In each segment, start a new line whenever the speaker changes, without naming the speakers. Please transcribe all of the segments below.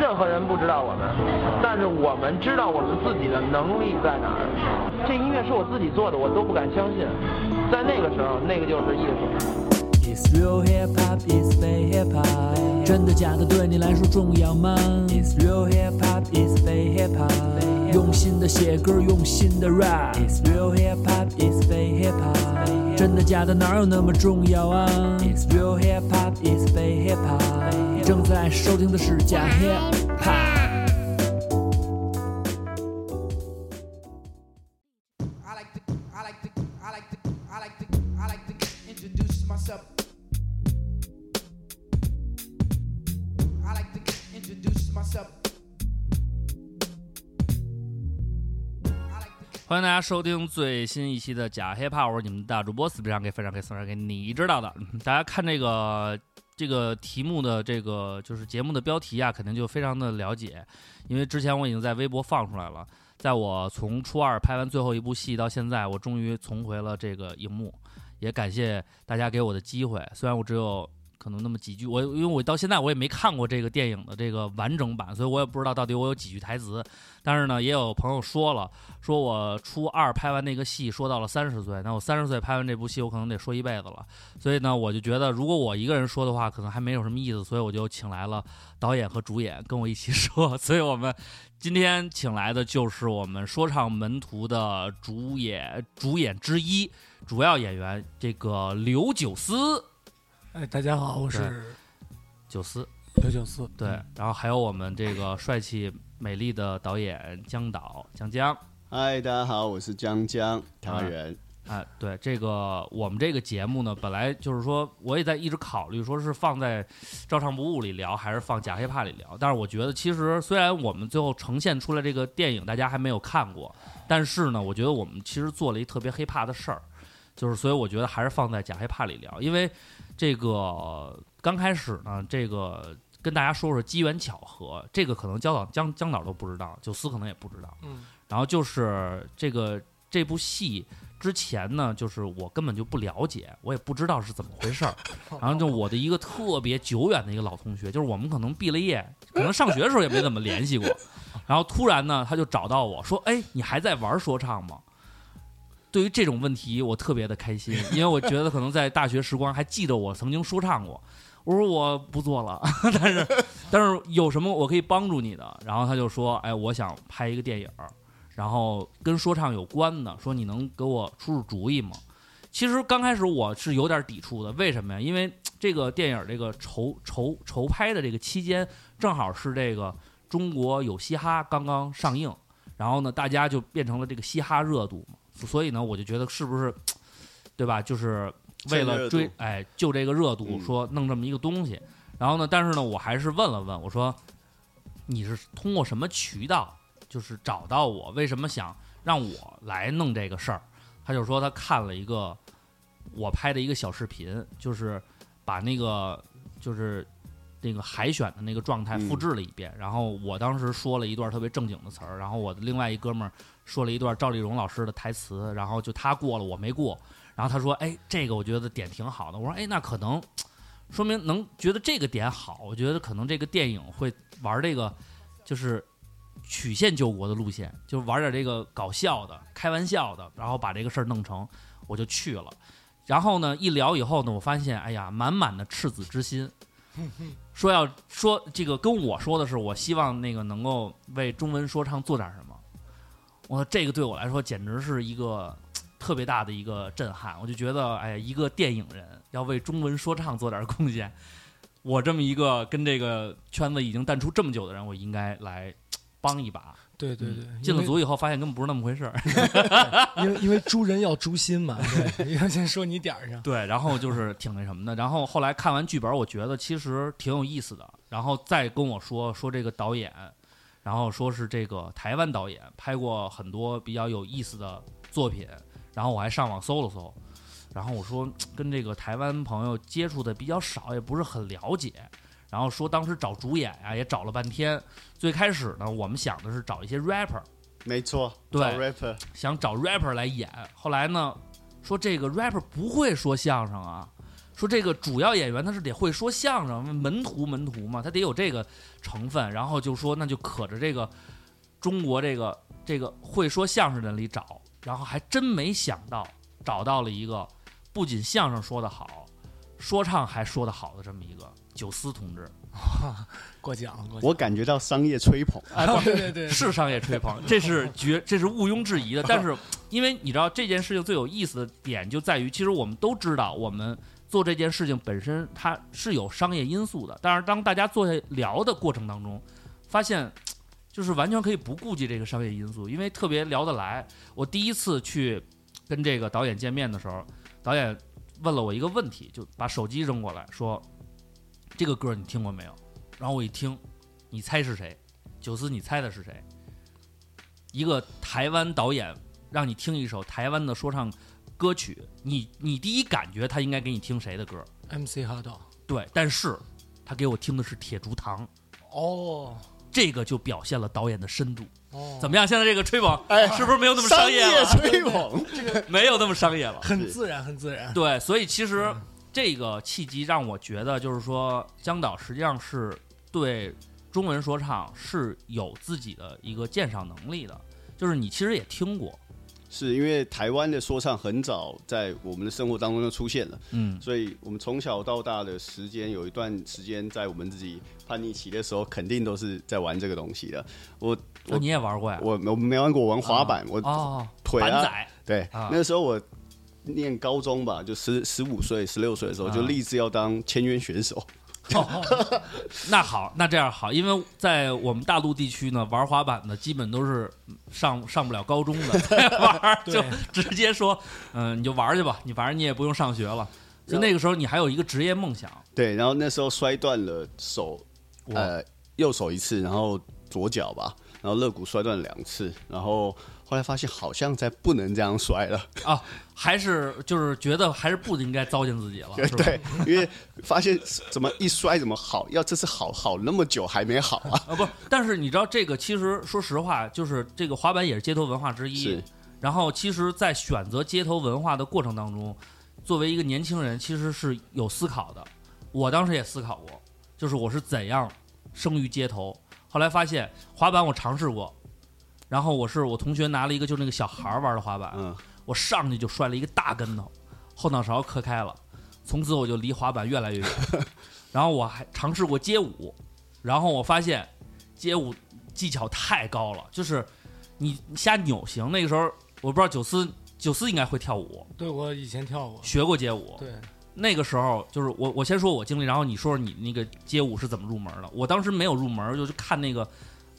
任何人不知道我们，但是我们知道我们自己的能力在哪儿。这音乐是我自己做的，我都不敢相信。在那个时候，那个就是艺术。
It's real hip hop, it's fake hip hop。真的假的对你来说重要吗？It's real hip hop, it's fake hip hop。用心的写歌，用心的 rap。It's real hip hop, it's fake hip hop。真的假的哪有那么重要啊？It's real hip hop, it's fake hip hop。正在收听的是假 hip hop。
I like to, I like to, I like to, I like to, I like to introduce myself. I like to introduce myself. I like to.
欢迎大家收听最新一期的假 hiphop，我是你们的大主播死皮上给非常给送上给你知道的。 嗯大家看这个这个题目的这个就是节目的标题啊，肯定就非常的了解，因为之前我已经在微博放出来了。在我从初二拍完最后一部戏到现在，我终于重回了这个荧幕，也感谢大家给我的机会。虽然我只有可能那么几句，我因为我到现在我也没看过这个电影的这个完整版，所以我也不知道到底我有几句台词。但是呢，也有朋友说了，说我初二拍完那个戏，说到了三十岁，那我三十岁拍完这部戏，我可能得说一辈子了。所以呢，我就觉得如果我一个人说的话，可能还没有什么意思，所以我就请来了导演和主演跟我一起说。 所以我们今天请来的就是我们说唱门徒的主演主演之一，主要演员这个刘九思，
哎，大家好，我是
九思
刘九嗯四。
对，然后还有我们这个帅气美丽的导演江导江江。
嗨，大家好，我是江江，台湾人。
啊，对这个我们这个节目呢，本来就是说我也在一直考虑，说是放在《照常不误》里聊，还是放《假黑怕》里聊。但是我觉得，其实虽然我们最后呈现出来这个电影大家还没有看过，但是呢，我觉得我们其实做了一特别黑怕的事儿，就是所以我觉得还是放在《假黑怕》里聊，因为这个刚开始呢，这个跟大家说说机缘巧合，这个可能江导江江导都不知道，九思可能也不知道。
嗯，
然后就是这个这部戏之前呢，就是我根本就不了解，我也不知道是怎么回事儿。然后就我的一个特别久远的一个老同学，就是我们可能毕了业，可能上学的时候也没怎么联系过。然后突然呢，他就找到我说：“哎，你还在玩说唱吗？”对于这种问题，我特别的开心，因为我觉得可能在大学时光还记得我曾经说唱过。我说我不做了， 但是但是有什么我可以帮助你的？然后他就说：“哎，我想拍一个电影儿，然后跟说唱有关的，说你能给我出出主意吗？”其实刚开始我是有点抵触的，为什么呀？因为这个电影这个筹筹筹拍的这个期间，正好是这个中国有嘻哈刚刚上映，然后呢，大家就变成了这个嘻哈热度嘛，所以呢，我就觉得是不是，对吧？就是为
趁热
了
度
追，哎，就这个热度，
嗯
说弄这么一个东西。然后呢，但是呢，我还是问了问，我说你是通过什么渠道，就是找到我？为什么想让我来弄这个事儿？他就说他看了一个我拍的一个小视频，就是把那个就是那个海选的那个状态
嗯
复制了一遍，然后我当时说了一段特别正经的词儿，然后我的另外一哥们儿说了一段赵丽蓉老师的台词，然后就他过了，我没过，然后他说：“哎，这个我觉得点挺好的。”我说：“哎，那可能说明能觉得这个点好，我觉得可能这个电影会玩这个就是曲线救国的路线，就是玩点这个搞笑的、开玩笑的，然后把这个事儿弄成，我就去了。然后呢，一聊以后呢，我发现，哎呀，满满的赤子之 心，说要说这个跟我说的是，我希望那个能够为中文说唱做点什么。我说这个对我来说简直是一个特别大的一个震撼，我就觉得，哎呀，一个电影人要为中文说唱做点贡献，我这么一个跟这个圈子已经淡出这么久的人，我应该来帮一把。
对对对，
嗯
因
进了
为，
组以后发现根本不是那么回事儿。
因为因为诛人要诛心嘛， 对，要先说你点儿上。
对，然后就是挺那什么的。然后后来看完剧本，我觉得其实挺有意思的。然后再跟我说说这个导演，然后说是这个台湾导演拍过很多比较有意思的作品。然后我还上网搜了搜，然后我说跟这个台湾朋友接触的比较少，也不是很了解。然后说当时找主演啊，也找了半天。最开始呢，我们想的是找一些 rapper，
没错，
对
找 rapper，
想找 rapper 来演，后来呢，说这个 rapper 不会说相声啊，说这个主要演员他是得会说相声，门徒门徒嘛，他得有这个成分。然后就说那就可着这个中国这个这个会说相声的人里找，然后还真没想到找到了一个不仅相声说得好，说唱还说得好的这么一个九思同志。
过奖了，过奖了。
我感觉到商业吹捧，
哎，不
对对对，
是商业吹捧，这是绝，这是毋庸置疑的。但是，因为你知道这件事情最有意思的点就在于，其实我们都知道，我们做这件事情本身它是有商业因素的。但是，当大家坐下聊的过程当中，发现就是完全可以不顾及这个商业因素，因为特别聊得来。我第一次去跟这个导演见面的时候，导演问了我一个问题，就把手机扔过来说：“这个歌你听过没有？”然后我一听，你猜是谁？九思，你猜的是谁？一个台湾导演让你听一首台湾的说唱歌曲，你你第一感觉他应该给你听谁的歌？
MC 哈豆。
对，但是他给我听的是《铁竹堂》，
哦
这个就表现了导演的深度。
哦，
怎
么
么样？现在这个吹捧，
哎
是不是没有 那么
商
业啊
业
了？
吹捧，
没有那么商业了。
很自然，很自然。嗯
对，所以其实这个契机让我觉得，就是说江导实际上是对中文说唱是有自己的一个鉴赏能力的，就是你其实也听过，
是因为台湾的说唱很早在我们的生活当中就出现了，
嗯，
所以我们从小到大的时间有一段时间，在我们自己叛逆期的时候，肯定都是在玩这个东西的。我
那你也玩过呀？
我我没玩过，我玩滑板，我
啊哦，
腿
板
啊，
仔，
对，
啊
那时候我念高中吧，就十十五岁、十六岁的时候，就
啊
立志要当签约选手。
那好，那这样好，因为在我们大陆地区呢，玩滑板的基本都是上上不了高中 的才玩儿，就直接说，嗯、你就玩儿去吧，你反正你也不用上学了。就那个时候，你还有一个职业梦想，
对，然后那时候摔断了手，
哇
呃，右手一次，然后左脚吧，然后肋骨摔断了两次，然后后来发现好像再不能这样摔了，
啊，还是就是觉得还是不应该糟践自己了，是吧？
对，因为发现怎么一摔怎么好，要这次好好那么久还没好 啊，
啊，不，但是你知道这个，其实说实话，就是这个滑板也是街头文化之一
是。
然后，其实，在选择街头文化的过程当中，作为一个年轻人，其实是有思考的。我当时也思考过，就是我是怎样生于街头。后来发现滑板我尝试过，然后我是我同学拿了一个就那个小孩儿玩的滑板，
嗯，
我上去就摔了一个大跟头，后脑勺磕开了，从此我就离滑板越来越远。 然后我还尝试过街舞，然后我发现街舞技巧太高了，就是你你瞎扭型。那个时候我不知道九思九思应该会跳舞，
对我以前跳过，
学过街舞。
对，
那个时候就是我，我先说我经历，然后你说说你那个街舞是怎么入门的。我当时没有入门，就是看那个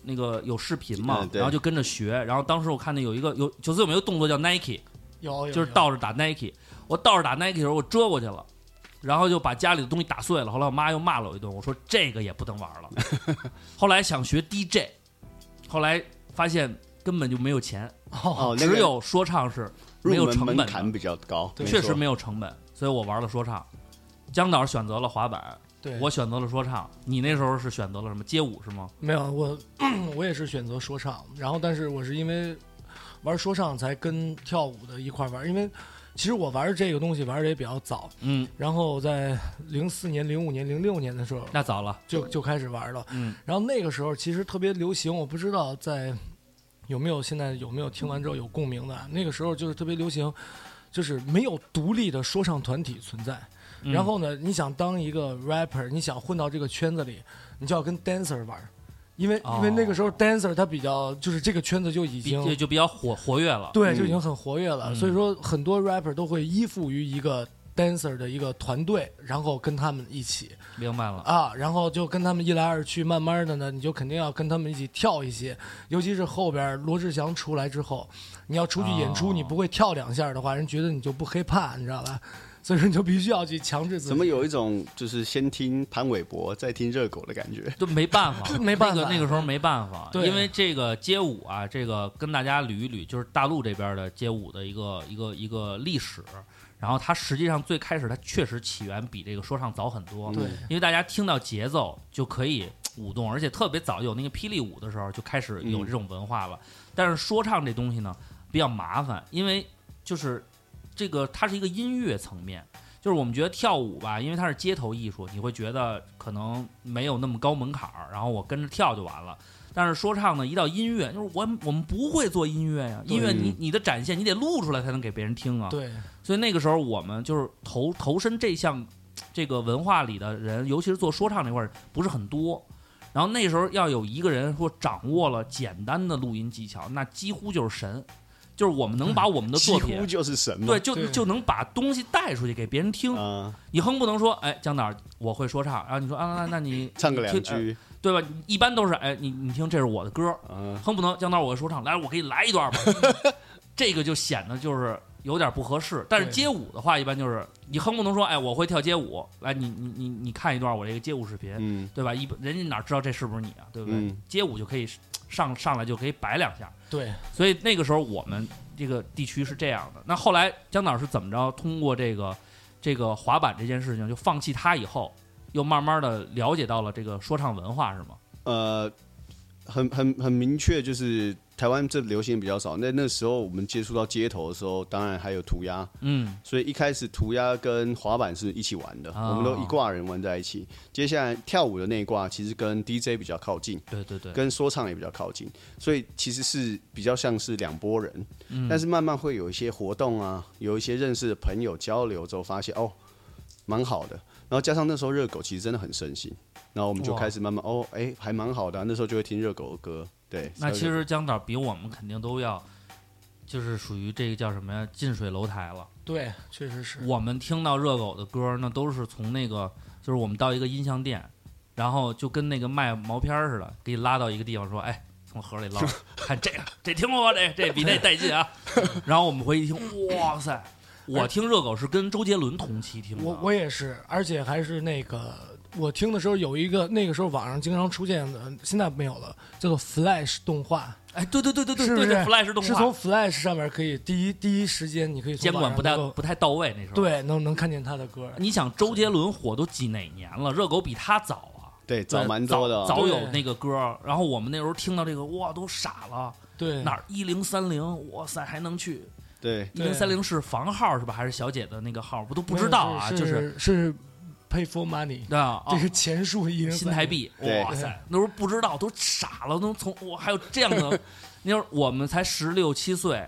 那个有视频嘛
嗯，对
然后就跟着学。然后当时我看那有一个有九思有没有动作叫 Nike，
有有
就是
有
倒着打 Nike。我倒着打 Nike 的时候，我遮过去了，然后就把家里的东西打碎了。后来我妈又骂了我一顿，我说这个也不能玩了。后来想学 DJ，后来发现根本就没有钱，
哦，那
只
个
有说唱是没
入
有
门
成本
门
的
槛比较高，
对
没
确
错
实没有成本，所以我玩了说唱。江导选择了滑板，
对
我选择了说唱。你那时候是选择了什么街舞是吗？
没有我 我也是选择说唱，然后但是我是因为玩说唱才跟跳舞的一块玩，因为其实我玩这个东西玩的也比较早，
嗯，
然后在零四年、零五年、零六年的时候
那早了。
就就开始玩了，
嗯，
然后那个时候其实特别流行，我不知道在有没有现在有没有听完之后有共鸣的啊。那个时候就是特别流行，就是没有独立的说唱团体存在。
嗯
然后呢，你想当一个 rapper，你想混到这个圈子里，你就要跟 dancer 玩儿，因为、因为那个时候 dancer 他比较就是这个圈子就已
哦比
经
就就比较活活跃了。
对
嗯
就已经很活跃了，
嗯
所以说很多 rapper 都会依附于一个 dancer 的一个团队，然后跟他们一起。
明白了。
啊，然后就跟他们一来二去，慢慢的呢，你就肯定要跟他们一起跳一些，尤其是后边罗志祥出来之后，你要出去演出，
哦
你不会跳两下的话，人觉得你就不 hiphop，你知道吧？所以说你就必须要去强制自己。，
怎么有一种就是先听潘玮柏再听热狗的感觉？
就没办法
没办法
那个那个时候没办法，
对
因为这个街舞啊，这个跟大家捋一捋，就是大陆这边的街舞的一个一个一个历史。然后它实际上最开始它确实起源比这个说唱早很多，
对
因为大家听到节奏就可以舞动，而且特别早有那个霹雳舞的时候就开始有这种文化了。但是说唱这东西呢比较麻烦，因为就是这个它是一个音乐层面，就是我们觉得跳舞吧，因为它是街头艺术，你会觉得可能没有那么高门槛儿，然后我跟着跳就完了。但是说唱呢，一到音乐，就是我我们不会做音乐呀，音乐你你的展现你得录出来才能给别人听啊。
对，
所以那个时候我们就是投投身这项这个文化里的人，尤其是做说唱这块儿不是很多。然后那时候要有一个人说掌握了简单的录音技巧，那几乎就是神，就是我们能把我们的
几
作
乎
品。啊
就是神嘛。
对，就
对
就能把东西带出去给别人听。
啊，
你哼不能说，哎，江导我会说唱，然后你说啊，那那你
唱个
你
两
听呃
句
对吧？一般都是，哎，你你听，这是我的歌，
啊，
哼不能，江导我会说唱，来，我给你来一段吧。 这个就显得就是有点不合适。但是
对
街舞的话，一般就是你哼不能说，哎，我会跳街舞，来，你你你你看一段我这个街舞视频，
嗯，
对吧？一般人家哪知道这是不是你啊，对不对？
嗯
街舞就可以上上来就可以摆两下，
对，
所以那个时候我们这个地区是这样的。那后来江导是怎么着？通过这个这个滑板这件事情，就放弃它以后，又慢慢的了解到了这个说唱文化，是吗？
呃，很很很明确，就是台湾这流行比较少。那那时候我们接触到街头的时候，当然还有涂鸦，
嗯，
所以一开始涂鸦跟滑板是一起玩的，
哦
我们都一挂人玩在一起。接下来跳舞的那一挂其实跟 DJ 比较靠近，
对对对，
跟说唱也比较靠近，所以其实是比较像是两拨人。
嗯
但是慢慢会有一些活动啊，有一些认识的朋友交流之后，发现哦，蛮好的。然后加上那时候热狗其实真的很盛行，然后我们就
哇
开始慢慢哦，哎，还蛮好的啊、那时候就会听热狗的歌，对。
那其实江导比我们肯定都要，就是属于这个叫什么呀？近水楼台了。
对，确实是。
我们听到热狗的歌，那都是从那个，就是我们到一个音像店，然后就跟那个卖毛片儿似的，给你拉到一个地方说，哎，从盒里 捞，看这个，这听过吗？这这比那带劲啊！然后我们回去听，哇塞！我听热狗是跟周杰伦同期听的，啊
我我也是，而且还是那个，我听的时候有一个，那个时候网上经常出现的，现在没有了，叫做 Flash 动画，
哎，对对对对对
是
对
不
对
是
，Flash 动
是
画
从 Flash 上面可以第一第一时间你可以从
监管
网上
不太
能够
不太到位那时候。，
对能能看见他的歌，
你想周杰伦火都几哪年了？热狗比他早啊，
对早蛮多的啊、
早早有
对
那个歌儿。然后我们那时候听到这个，哇，都傻了。
对
哪儿一零三零，哇塞，还能去
对
一零三零是房号是吧？还是小姐的那个号？我都不知道啊，
没有
就是
是 pay for money，
对啊，
这
哦
是前数一零
新台，币，
对
哇塞，那时候不知道都傻了，都从我还有这样的，那时候我们才十六七岁，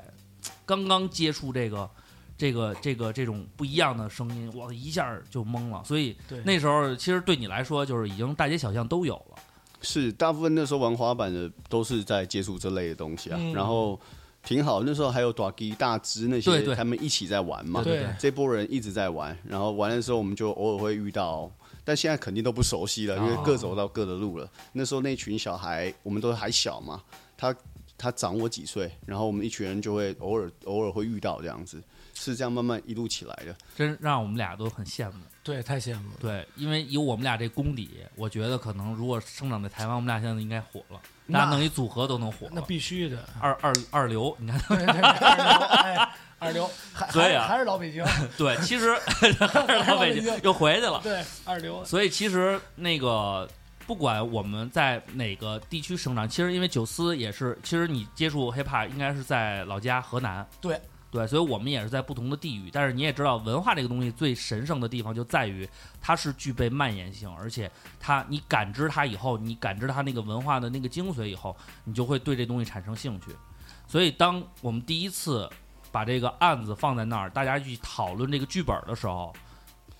刚刚接触这个。这个这个这种不一样的声音，我一下就懵了。所以
对
那时候其实对你来说，就是已经大街小巷都有了。
是大部分那时候玩滑板的都是在接触这类的东西啊，
嗯
然后挺好。那时候还有短笛、大支那些，
对对
他们一起在玩嘛。
对
这波人一直在玩，然后玩的时候我们就偶尔会遇到，但现在肯定都不熟悉了，因为
哦
各走到各的路了。那时候那群小孩，我们都还小嘛，他他长我几岁，然后我们一群人就会偶尔偶尔会遇到这样子，是这样慢慢一路起来的。
真让我们俩都很羡慕。
对，太羡慕了。
对，因为以我们俩这功底，我觉得可能如果生长在台湾，我们俩现在应该火了。
那
大家弄一组合都能火
那
了。
必须的，
二二二流， 你看，
对对对二流，哎，二流，还
所以啊
还还是老北京，
对，其实 老北 京又回去了。
对，二流，
所以其实那个不管我们在哪个地区生长，其实因为九思也是，其实你接触 hiphop 应该是在老家河南。
对。
对，所以我们也是在不同的地域，但是你也知道，文化这个东西最神圣的地方就在于它是具备蔓延性，而且它你感知它以后，你感知它那个文化的那个精髓以后，你就会对这东西产生兴趣。所以，当我们第一次把这个案子放在那儿，大家去讨论这个剧本的时候，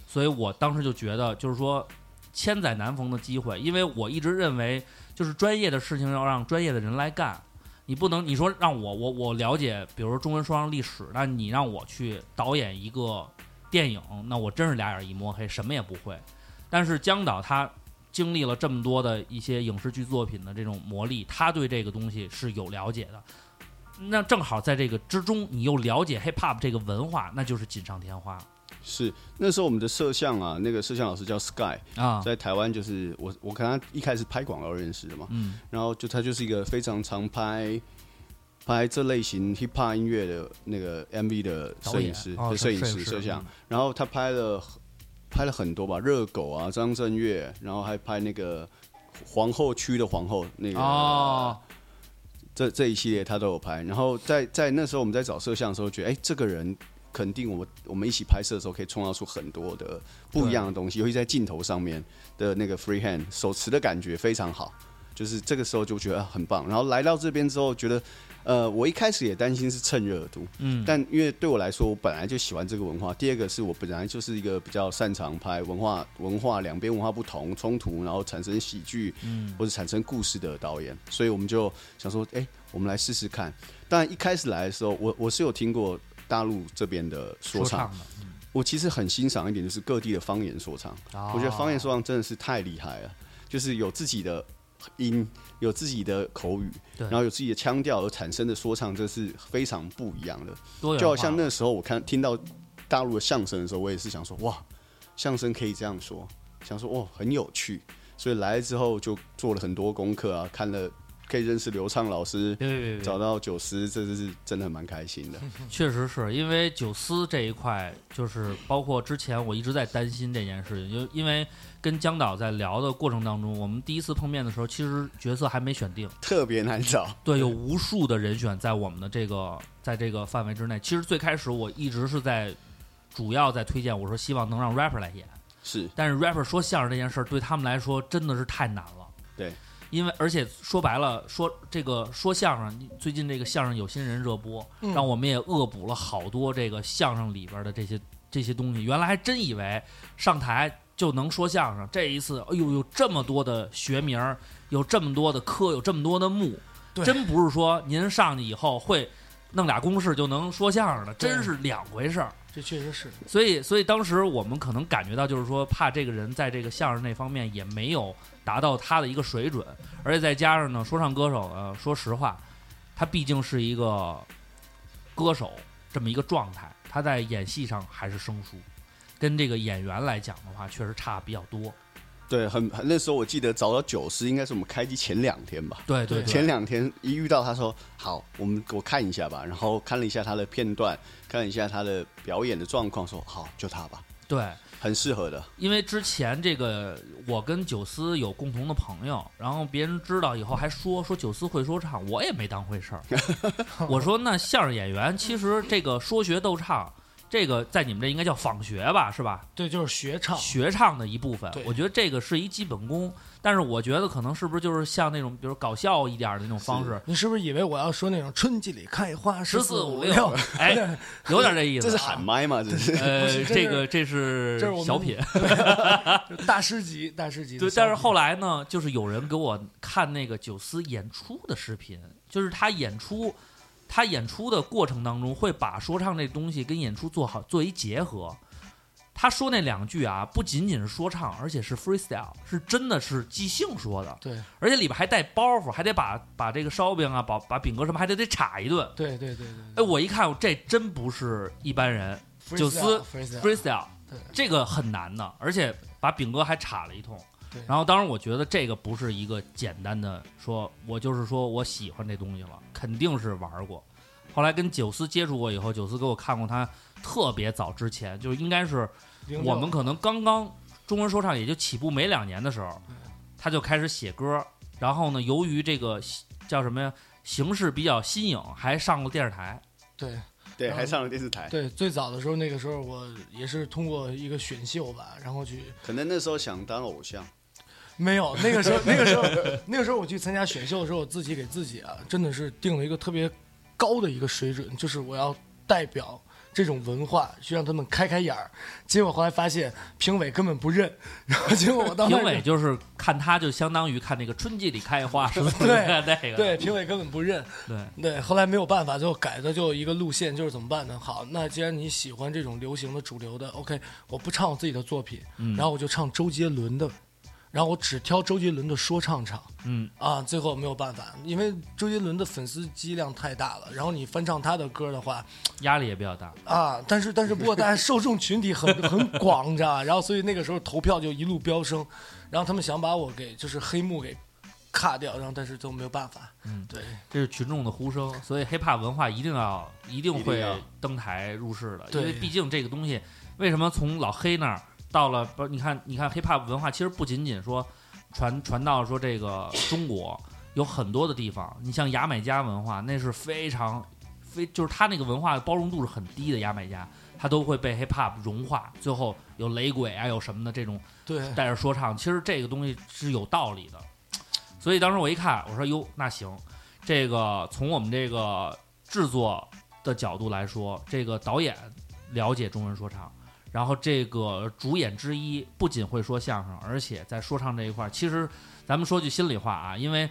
所以我当时就觉得，就是说千载难逢的机会，因为我一直认为，就是专业的事情要让专业的人来干，你不能你说让我我我了解，比如说中文说唱历史，那你让我去导演一个电影，那我真是俩眼一摸黑，什么也不会。但是江导他经历了这么多的一些影视剧作品的这种磨砺，他对这个东西是有了解的。那正好在这个之中，你又了解 hip hop 这个文化，那就是锦上添花
是那时候我们的摄像啊，那个摄像老师叫 Sky，
啊。
在台湾就是我我跟他一开始拍广告认识的嘛，
嗯，
然后就他就是一个非常常拍拍这类型 hip hop 音乐的那个 MV 的摄影师、
导演哦
对摄影
摄
师
影师
摄像
嗯，
然后他拍了拍了很多吧，热狗啊，张震岳，然后还拍那个皇后区的皇后那个
哦，
这这一系列他都有拍。然后在在那时候我们在找摄像的时候，觉得哎，这个人肯定我们我们一起拍摄的时候，可以创造出很多的不一样的东西，尤其在镜头上面的那个 free hand 手持的感觉非常好，就是这个时候就觉得啊很棒。然后来到这边之后，觉得呃，我一开始也担心是蹭热度，
嗯，
但因为对我来说，我本来就喜欢这个文化。第二个是我本来就是一个比较擅长拍文化、文化两边文化不同冲突，然后产生喜剧，嗯，或者产生故事的导演，所以我们就想说，哎、我们来试试看。但一开始来的时候，我我是有听过大陆这边的说
说
唱，
唱的，
我其实很欣赏一点，就是各地的方言说唱。
哦
我觉得方言说唱真的是太厉害了，就是有自己的音，有自己的口语，
对
然后有自己的腔调而产生的说唱，这是非常不一样的。
多元化
就好像那时候我看听到大陆的相声的时候，我也是想说哇，相声可以这样说，想说哦很有趣，所以来了之后就做了很多功课啊，看了可以认识刘畅老师，
别别别别
找到九师，这是真的蛮开心的。
确实是因为九思这一块，就是包括之前我一直在担心这件事情，就因为跟江导在聊的过程当中，我们第一次碰面的时候，其实角色还没选定，
特别难找，
对，有无数的人选在我们的这个在这个范围之内。其实最开始我一直是在主要在推荐，我说希望能让 rapper 来演，
是
但是 rapper 说相声这件事儿对他们来说真的是太难了。
对，
因为而且说白了，说这个说相声，你最近这个相声有新人热播，
嗯
让我们也恶补了好多这个相声里边的这些这些东西。原来还真以为上台就能说相声，这一次，哎呦，有这么多的学名儿，有这么多的科，有这么多的目，
对
真不是说您上去以后会弄俩公式就能说相声的，真是两回事儿。
这确实是
所以，所以当时我们可能感觉到，就是说，怕这个人在这个相声那方面也没有达到他的一个水准，而且再加上呢，说唱歌手，呃，说实话，他毕竟是一个歌手这么一个状态，他在演戏上还是生疏，跟这个演员来讲的话，确实差比较多。
对，很很那时候我记得找到九师，应该是我们开机前两天吧。
对对
前
对，
两天一遇到他说好，我们给我看一下吧，然后看了一下他的片段，看了一下他的表演的状况，说好就他吧，
对，
很适合的。
因为之前这个我跟九思有共同的朋友，然后别人知道以后还说说九思会说唱，我也没当回事儿。我说那相声演员其实这个说学逗唱，这个在你们这应该叫仿学吧，是吧？
对，就是学唱，
学唱的一部分
哦对，
我觉得这个是一基本功。但是我觉得可能是不是就是像那种比如搞笑一点的那种方式，
你是不是以为我要说那种春季里开花
十
四
四五
六
六？，哎，有点这意思
这
啊。
是喊麦嘛？这是
不
呃，
是这
这
是
个这是
这是我们
小品。
大师级，大师级的
对，
小
但是
品
后来呢，就是有人给我看那个九思演出的视频，就是他演出，他演出的过程当中会把说唱这东西跟演出做好做一结合。他说那两句啊，不仅仅是说唱，而且是 freestyle，是真的是即兴说的，
对
而且里边还带包袱，还得把把这个烧饼啊，把把饼哥什么还得得插一顿。
对对对对
哎，我一看，这真不是一般人
对，
九思
freestyle，
freestyle，
对
这个很难的，而且把饼哥还插了一通
对。
然后，当然，我觉得这个不是一个简单的说，我就是说我喜欢这东西了，肯定是玩过。后来跟九思接触过以后，九思给我看过他特别早之前，就是应该是
零
我
六
们可能刚刚中文说唱也就起步没两年的时候，他就开始写歌。然后呢，由于这个叫什么呀，形式比较新颖，还上过电视台。
对
对，还上了电视台。
对最早的时候，那个时候我也是通过一个选秀吧，然后去
可能那时候想当偶像，
没有那个时候， 那个时候，那个时候我去参加选秀的时候，我自己给自己啊，真的是定了一个特别高的一个水准，就是我要代表这种文化去让他们开开眼儿。结果后来发现评委根本不认，然后结果我到那
评
儿
委就是看他，就相当于看那个春季里开花，是不是？
对
那个，
对评委根本不认，
对
对，后来没有办法，最后改的就一个路线，就是怎么办呢？好，那既然你喜欢这种流行的主流的，OK，我不唱我自己的作品，
嗯
然后我就唱周杰伦的，然后我只挑周杰伦的说唱唱，
嗯
啊，最后没有办法，因为周杰伦的粉丝基量太大了，然后你翻唱他的歌的话，
压力也比较大。
啊，但是但是 不过大家受众群体很很广，你知道吧？然后所以那个时候投票就一路飙升，然后他们想把我给就是黑幕给卡掉，然后但是都没有办法，
嗯
对。
这是群众的呼声，所以 hiphop 文化一定要一定
一定
会
要
登台入世的，
对
因为毕竟这个东西，为什么从老黑那儿到了不？你看，你看 hiphop 文化其实不仅仅说传传到说这个中国有很多的地方，你像牙买加文化，那是非常非就是他那个文化包容度是很低的牙买加，他都会被 hip hop 融化，最后有雷鬼啊，有什么的这种
对，
带着说唱，其实这个东西是有道理的。所以当时我一看，我说哟，那行，这个从我们这个制作的角度来说，这个导演了解中文说唱，然后这个主演之一不仅会说相声，而且在说唱这一块儿，其实咱们说句心里话啊，因为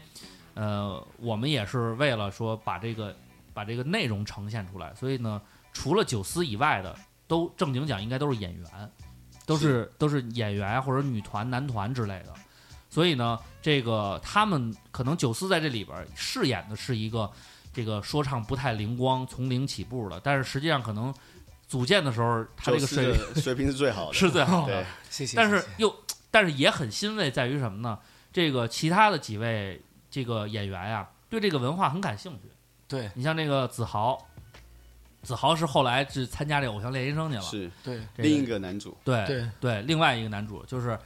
呃，我们也是为了说把这个把这个内容呈现出来，所以呢，除了九思以外的，都正经讲应该都是演员，都是都是演员或者女团、男团之类的。所以呢，这个他们可能九思在这里边儿饰演的是一个这个说唱不太灵光、从零起步的，但是实际上可能组建的时候，他这个
就是
水平
水平是最好的，
是最好的。
对，
谢谢。
但是
谢谢
又，但是也很欣慰在于什么呢？这个其他的几位这个演员呀、对这个文化很感兴趣。
对
你像这个子豪，子豪是后来是参加这《偶像练习生》去了，
是
对
这
另一个男主，
对
对
对，另外一个男主就是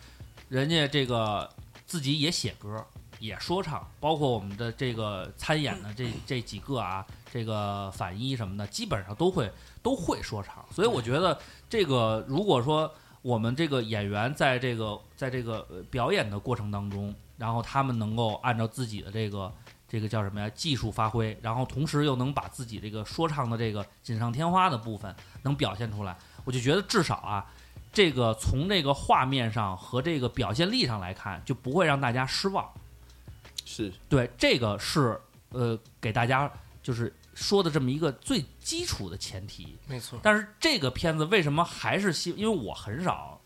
人家这个自己也写歌，也说唱，包括我们的这个参演的这这几个啊，这个反一什么的，基本上都会都会说唱。所以我觉得这个如果说我们这个演员在这个在这个呃表演的过程当中，然后他们能够按照自己的这个。这个叫什么呀？技术发挥，然后同时又能把自己这个说唱的这个锦上添花的部分能表现出来，我就觉得至少啊，这个从这个画面上和这个表现力上来看，就不会让大家失望。
是
对，这个是呃给大家就是说的这么一个最基础的前提。
没错，
但是这个片子为什么还是希？因为我很少，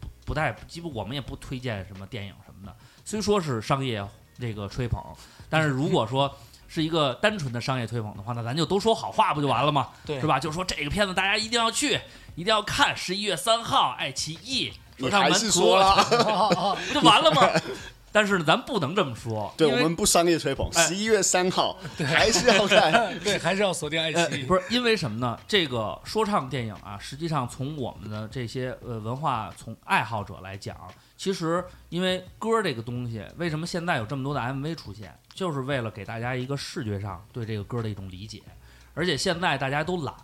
不不太，基本我们也不推荐什么电影什么的。虽说是商业这个吹捧，但是如果说是一个单纯的商业吹捧的话，那咱就都说好话不就完了吗？
对，
是吧？就说这个片子大家一定要去，一定要看，十一月三号，哎爱奇艺。
你
上
还
门
是
图
说了，
不就完了吗？ 但是呢咱不能这么说，
对
因
我
为
们不商业吹捧，
哎
十一月三号还是要看
对，还是要锁定爱
呃
奇艺。
不是因为什么呢？这个说唱电影啊，实际上从我们的这些呃文化从爱好者来讲，其实因为歌这个东西，为什么现在有这么多的 MV 出现，就是为了给大家一个视觉上对这个歌的一种理解。而且现在大家都懒，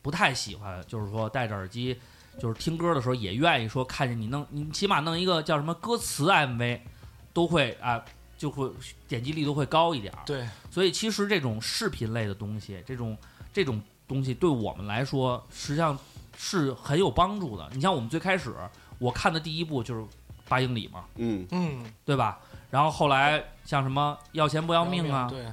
不太喜欢，就是说戴着耳机，就是听歌的时候也愿意说看见你弄，你起码弄一个叫什么歌词 MV，都会啊，就会点击率都会高一点儿。
对
所以其实这种视频类的东西，这种这种东西对我们来说，实际上是很有帮助的。你像我们最开始我看的第一部就是《八英里》嘛，
嗯，
嗯，
对吧？然后后来像什么要钱不要命啊，
对，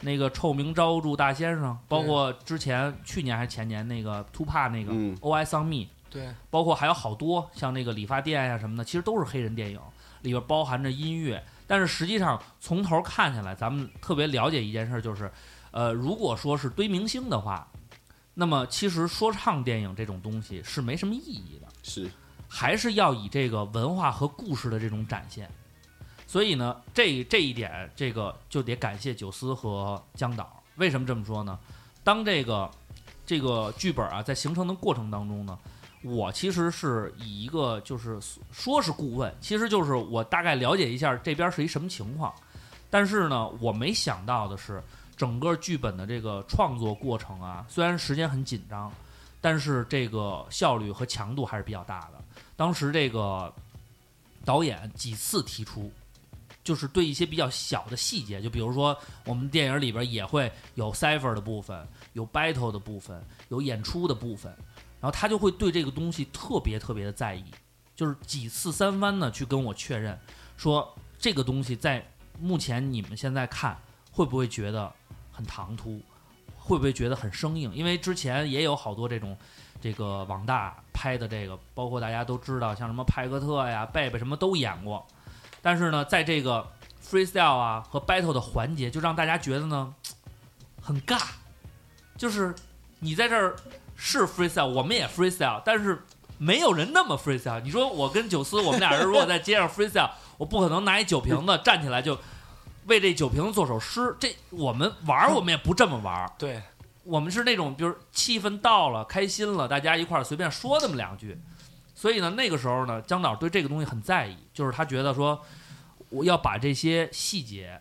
那个臭名昭著大先生，包括之前去年还是前年那个 Tupac 那个
嗯
《O.I. s o n Me》，
对，
包括还有好多像那个理发店呀、什么的，其实都是黑人电影，里边包含着音乐。但是实际上从头看下来，咱们特别了解一件事，就是，呃，如果说是堆明星的话，那么其实说唱电影这种东西是没什么意义的，
是
还是要以这个文化和故事的这种展现。所以呢，这这一点，这个就得感谢九思和江导。为什么这么说呢？当这个这个剧本啊，在形成的过程当中呢，我其实是以一个就是说是顾问，其实就是我大概了解一下这边是一什么情况。但是呢，我没想到的是，整个剧本的这个创作过程啊，虽然时间很紧张，但是这个效率和强度还是比较大的。当时这个导演几次提出，就是对一些比较小的细节，就比如说我们电影里边也会有 cipher 的部分，有 battle 的部分，有演出的部分，然后他就会对这个东西特别特别的在意，就是几次三番的去跟我确认，说这个东西在目前你们现在看会不会觉得很唐突，会不会觉得很生硬？因为之前也有好多这种这个网大拍的这个，包括大家都知道，像什么派克特呀、贝贝什么都演过，但是呢，在这个 freestyle 啊和 battle 的环节，就让大家觉得呢很尬，就是你在这儿是 freestyle，我们也 freestyle，但是没有人那么 freestyle。你说我跟九思，我们俩人如果在街上 freestyle，我不可能拿一酒瓶子站起来就为这酒瓶子做首诗，这我们玩儿我们也不这么玩儿。
对，
我们是那种，就是气氛到了，开心了，大家一块儿随便说那么两句。所以呢，那个时候呢，江导对这个东西很在意，就是他觉得说，我要把这些细节，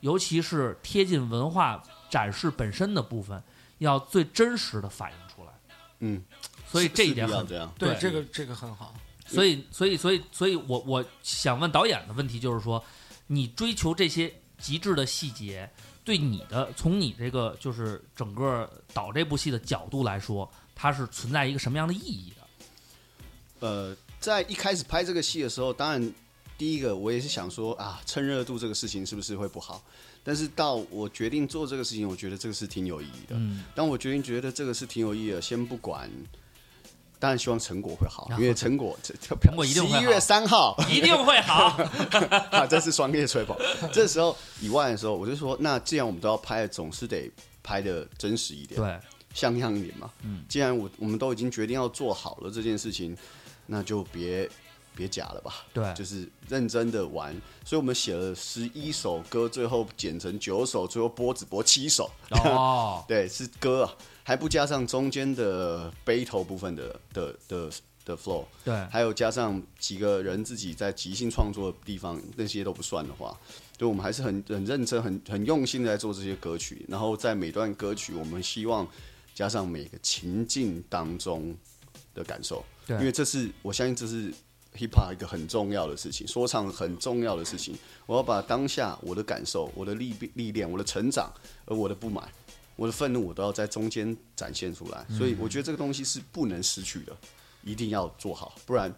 尤其是贴近文化展示本身的部分，要最真实的反映出来。
嗯，
所以这一点
是必要
很
这样，
对
对
这个这个很好。
所以，所以，所以，所以我我想问导演的问题就是说，你追求这些极致的细节，对你的从你这个就是整个导这部戏的角度来说，它是存在一个什么样的意义的？
呃，在一开始拍这个戏的时候，当然第一个我也是想说啊，趁热度这个事情是不是会不好？但是到我决定做这个事情，我觉得这个是挺有意义的。
嗯，
当我决定觉得这个是挺有意义的，先不管，当然希望成果会好，因为成果这这
成果一定会
十
好
一月三 号，
一定会好。
啊，这是双列 吹捧。这时候以外的时候，我就说，那既然我们都要拍，总是得拍的真实一点。
对，
像样一点嘛。
嗯
既然我我们都已经决定要做好了这件事情，那就别别假了吧。
对
就是认真的玩。所以我们写了十一首歌，最后剪成九首，最后播只播七首。，
哦
对，是歌啊，还不加上中间的 battle 部分的的的的 flow。
对，
还有加上几个人自己在即兴创作的地方，那些都不算的话，对我们还是很很认真、很很用心的在做这些歌曲。然后在每段歌曲，我们希望加上每个情境当中的感受，
对
因为这是我相信这是 hip hop 一个很重要的事情，说唱很重要的事情。我要把当下我的感受、我的历历练、我的成长，而我的不满。我的愤怒，我都要在中间展现出来，
嗯
所以我觉得这个东西是不能失去的。一定要做好，不然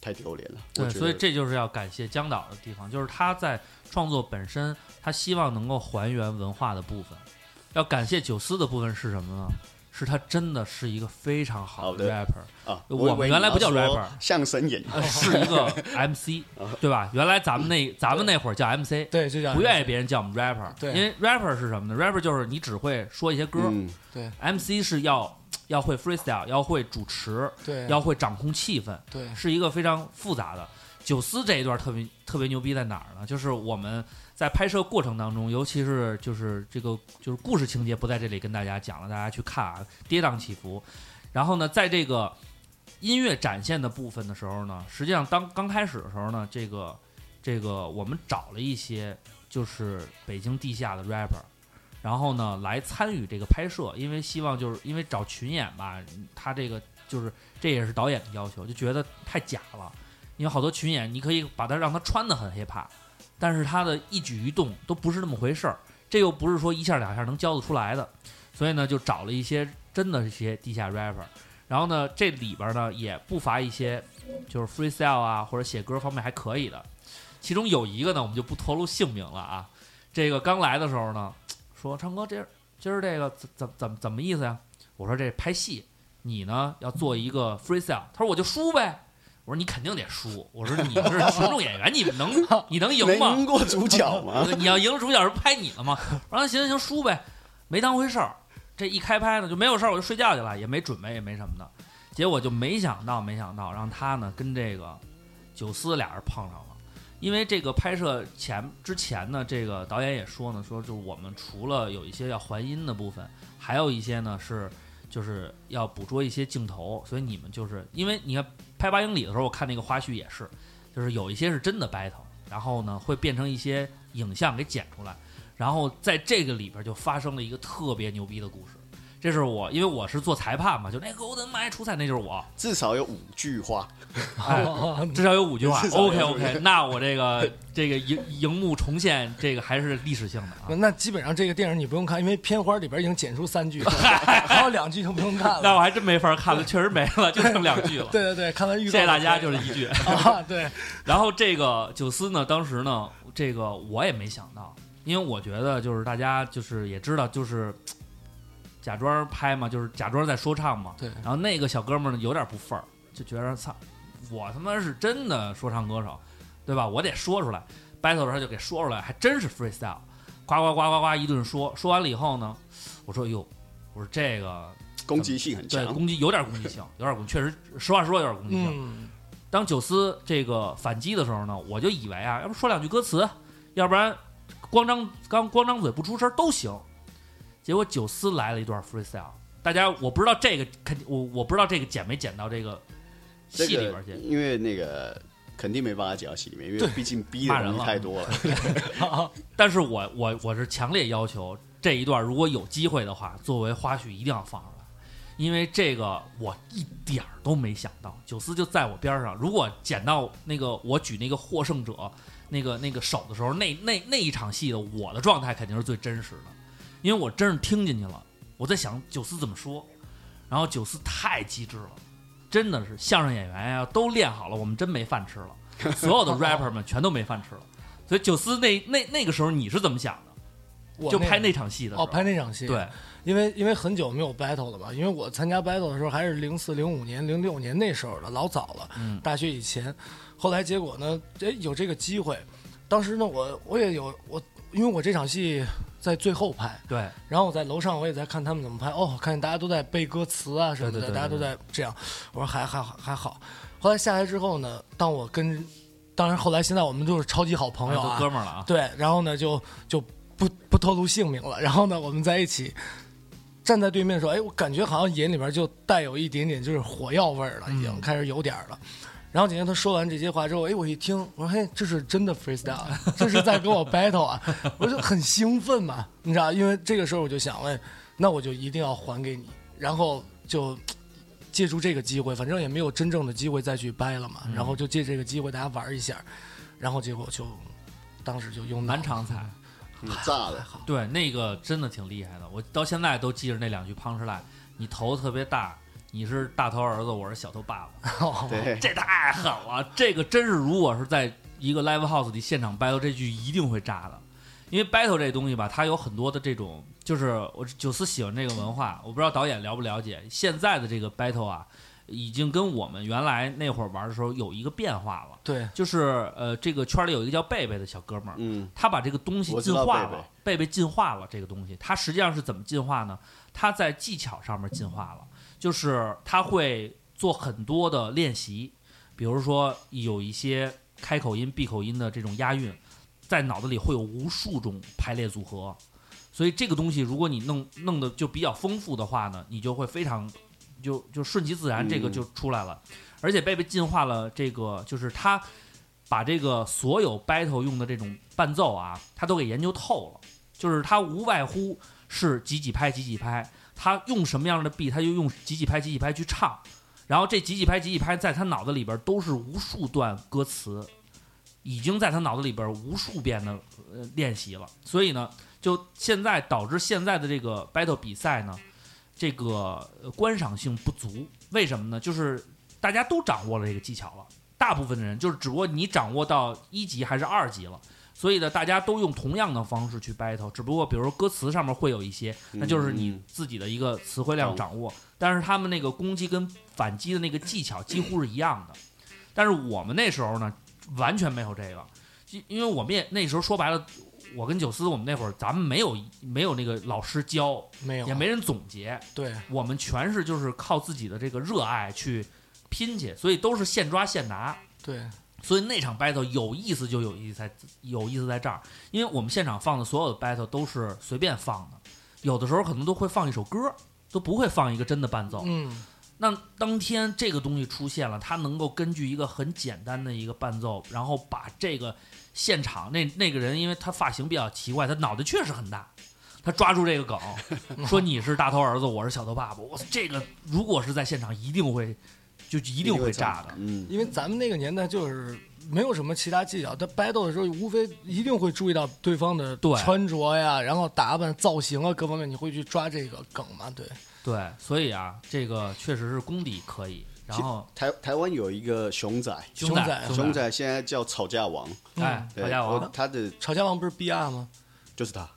太丢脸了。我
对，
觉得
嗯所以这就是要感谢江导的地方，就是他在创作本身，他希望能够还原文化的部分。要感谢九思的部分是什么呢？是他真的是一个非常好
好的
rapper，
啊，
我们
以为
原来不
你要
叫
说
rapper
相声演员
呃， 是一个 MC，对吧？原来咱们那咱们那会儿叫 MC，
啊对，就这样。
不愿意别人叫我们 rapper，
对
因为 rapper 是什么呢？rapper 就是你只会说一些歌
嗯，
对
，MC 是要要会 freestyle，要会主持，
对
要会掌控气氛，
对
是一个非常复杂的。九思这一段特别特别牛逼在哪儿呢？就是我们在拍摄过程当中，尤其是就是这个就是故事情节不在这里跟大家讲了，大家去看啊，跌宕起伏。然后呢，在这个音乐展现的部分的时候呢，实际上当刚开始的时候呢，这个这个我们找了一些就是北京地下的 rapper，然后呢来参与这个拍摄，因为希望就是因为找群演吧，他这个就是这也是导演的要求，就觉得太假了，因为好多群演你可以把他让他穿的很 hiphop，但是他的一举一动都不是那么回事儿，这又不是说一下两下能教得出来的，所以呢就找了一些真的一些地下 rapper。然后呢，这里边呢也不乏一些就是 freestyle 啊，或者写歌方面还可以的。其中有一个呢，我们就不透露姓名了啊。这个刚来的时候呢，说昌哥，今儿今儿这个怎怎怎怎么意思呀？我说这拍戏，你呢要做一个 freestyle。他说我就输呗。我说你肯定得输。我说你是群众演员，你能你能 赢吗
能？赢过主角 吗？
你要赢了主角是拍你了吗？我说行行行，输呗，没当回事儿。这一开拍呢就没有事儿，我就睡觉去了，也没准备，也没什么的。结果就没想到，没想到让他呢跟这个九思俩人碰上了。因为这个拍摄前之前呢，这个导演也说呢，说就是我们除了有一些要还音的部分，还有一些呢是就是要捕捉一些镜头，所以你们就是因为你看拍八英里的时候，我看那个花絮也是，就是有一些是真的 battle，然后呢会变成一些影像给剪出来，然后在这个里边就发生了一个特别牛逼的故事。这是我，因为我是做裁判嘛，就那个我的妈呀出彩，那就是我，
至少有五句话，
哎，至少有五句话
至。少有五
OK
句
OK，那我这个这个荧荧幕重现这个还是历史性的啊。
那基本上这个电影你不用看，因为片花里边已经剪出 三句，还有两句就不用看
那
了。
我还真没法看了，确实没了，就剩两句了。
对对对，看完预告
谢谢
就可以了。
大家，就是一句。
啊，对，
然后这个九思呢，当时呢，这个我也没想到，因为我觉得就是大家就是也知道，就是嘖假装拍嘛，就是假装在说唱嘛。
对
然后那个小哥们儿呢，有点不忿儿，就觉得操，我他妈是真的说唱歌手，对吧？我得说出来。battle 的时候就给说出来，还真是 freestyle，呱呱呱呱呱一顿说。说完了以后呢，我说哟，我说这个
攻击性很
对
强。
攻击有点攻击性，有点攻，确实实话实说有点攻击性。
嗯，
当九思这个反击的时候呢，我就以为啊，要不说两句歌词，要不然光张刚光张嘴不出声都行。结果九思来了一段 freestyle，大家我不知道这个肯定我我不知道这个剪没剪到这个
这
戏里
个
边去，
因为那个肯定没办法假期里面，因为
对
毕竟逼
骂
的
人
东西
了
太多了。
但是我我我是强烈要求这一段如果有机会的话，作为花絮一定要放出来，因为这个我一点儿都没想到，九思就在我边上。如果捡到那个我举那个获胜者那个那个手的时候，那那那一场戏的我的状态肯定是最真实的，因为我真是听进去了，我在想九思怎么说，然后九思太机智了。真的是相声演员呀、都练好了，我们真没饭吃了。所有的 rapper 们全都没饭吃了。所以九四那那那个时候你是怎么想的？
我
就拍
那
那场戏的时候
哦，拍那场戏，
对，
因为因为很久没有 battle 了吧？因为我参加 battle 的时候还是零四零五年、零六年那时候了，老早了，
嗯
大学以前。后来结果呢，哎，有这个机会，当时呢，我我也有我，因为我这场戏在最后拍，
对，
然后我在楼上我也在看他们怎么拍，哦，看见大家都在背歌词啊什么的，
对对对对
大家都在这样，我说还还好还好。后来下来之后呢，当我跟，当然后来现在我们就是超级好朋友
都
啊，
哥们儿了啊。
对，然后呢就就不不透露姓名了。然后呢，我们在一起站在对面说，哎，我感觉好像眼里边就带有一点点就是火药味儿了，已经、开始有点儿了。然后今天他说完这些话之后，哎，我一听，我说嘿，这是真的 freestyle，啊 这是在跟我 battle 啊！ 我就很兴奋嘛，你知道，因为这个时候我就想，哎，那我就一定要还给你，然后就借助这个机会，反正也没有真正的机会再去掰了嘛，
嗯
然后就借这个机会大家玩一下，然后结果就当时就用脑
满场彩，
嗯炸了，
对，那个真的挺厉害的，我到现在都记着那两句 punch line。你头特别大，你是大头儿子，我是小头爸爸，
对，
哦这太狠了。这个真是，如果是在一个 live house 里现场 battle，这句一定会炸的。因为 battle 这东西吧，它有很多的这种，就是我九四喜欢这个文化，我不知道导演了不了解。现在的这个 battle 啊，已经跟我们原来那会儿玩的时候有一个变化了。
对，
就是呃，这个圈里有一个叫贝贝的小哥们儿，
嗯，
他把这个东西
我知
进
道
化
贝贝
了，贝贝进化了这个东西，他实际上是怎么进化呢？他在技巧上面进化了，就是他会做很多的练习，比如说有一些开口音、闭口音的这种押韵，在脑子里会有无数种排列组合，所以这个东西如果你弄弄得就比较丰富的话呢，你就会非常就就顺其自然，
嗯
这个就出来了。而且贝贝进化了这个，就是他把这个所有 battle 用的这种伴奏啊，他都给研究透了，就是他无外乎是几几拍几几拍，他用什么样的 B，他就用几几拍几几拍去唱。然后这几几拍几几拍，在他脑子里边都是无数段歌词，已经在他脑子里边无数遍的呃练习了。所以呢，就现在导致现在的这个 battle 比赛呢，这个呃观赏性不足。为什么呢？就是大家都掌握了这个技巧了，大部分的人就是只不过你掌握到一级还是二级了。所以呢，大家都用同样的方式去 battle，只不过比如说歌词上面会有一些，那就是你自己的一个词汇量掌握，但是他们那个攻击跟反击的那个技巧几乎是一样的。但是我们那时候呢，完全没有这个，因因为我们也那时候说白了，我跟九思我们那会儿咱们没有没有那个老师教，
没有
也没人总结，
对
我们全是就是靠自己的这个热爱去拼去，所以都是现抓现拿。
对
所以那场 battle 有意思就有意思在有意思在这儿，因为我们现场放的所有的 battle 都是随便放的，有的时候可能都会放一首歌，都不会放一个真的伴奏。
嗯
那当天这个东西出现了，它能够根据一个很简单的一个伴奏，然后把这个现场那那个人，因为他发型比较奇怪，他脑袋确实很大，他抓住这个梗，说你是大头儿子，我是小头爸爸。我操这个如果是在现场，一定会就一定会炸的。
嗯，
因为咱们那个年代就是没有什么其他技巧，他 battle 的时候无非一定会注意到对方的
对
穿着呀，然后打扮、造型啊各方面，你会去抓这个梗嘛？对，
对，所以啊，这个确实是功底可以。然后
台台湾有一个熊仔，
熊仔，
熊
熊，仔现在叫吵架王，
哎，
对
大家
我
王，
他的
吵架王不是比亚吗？
就是他。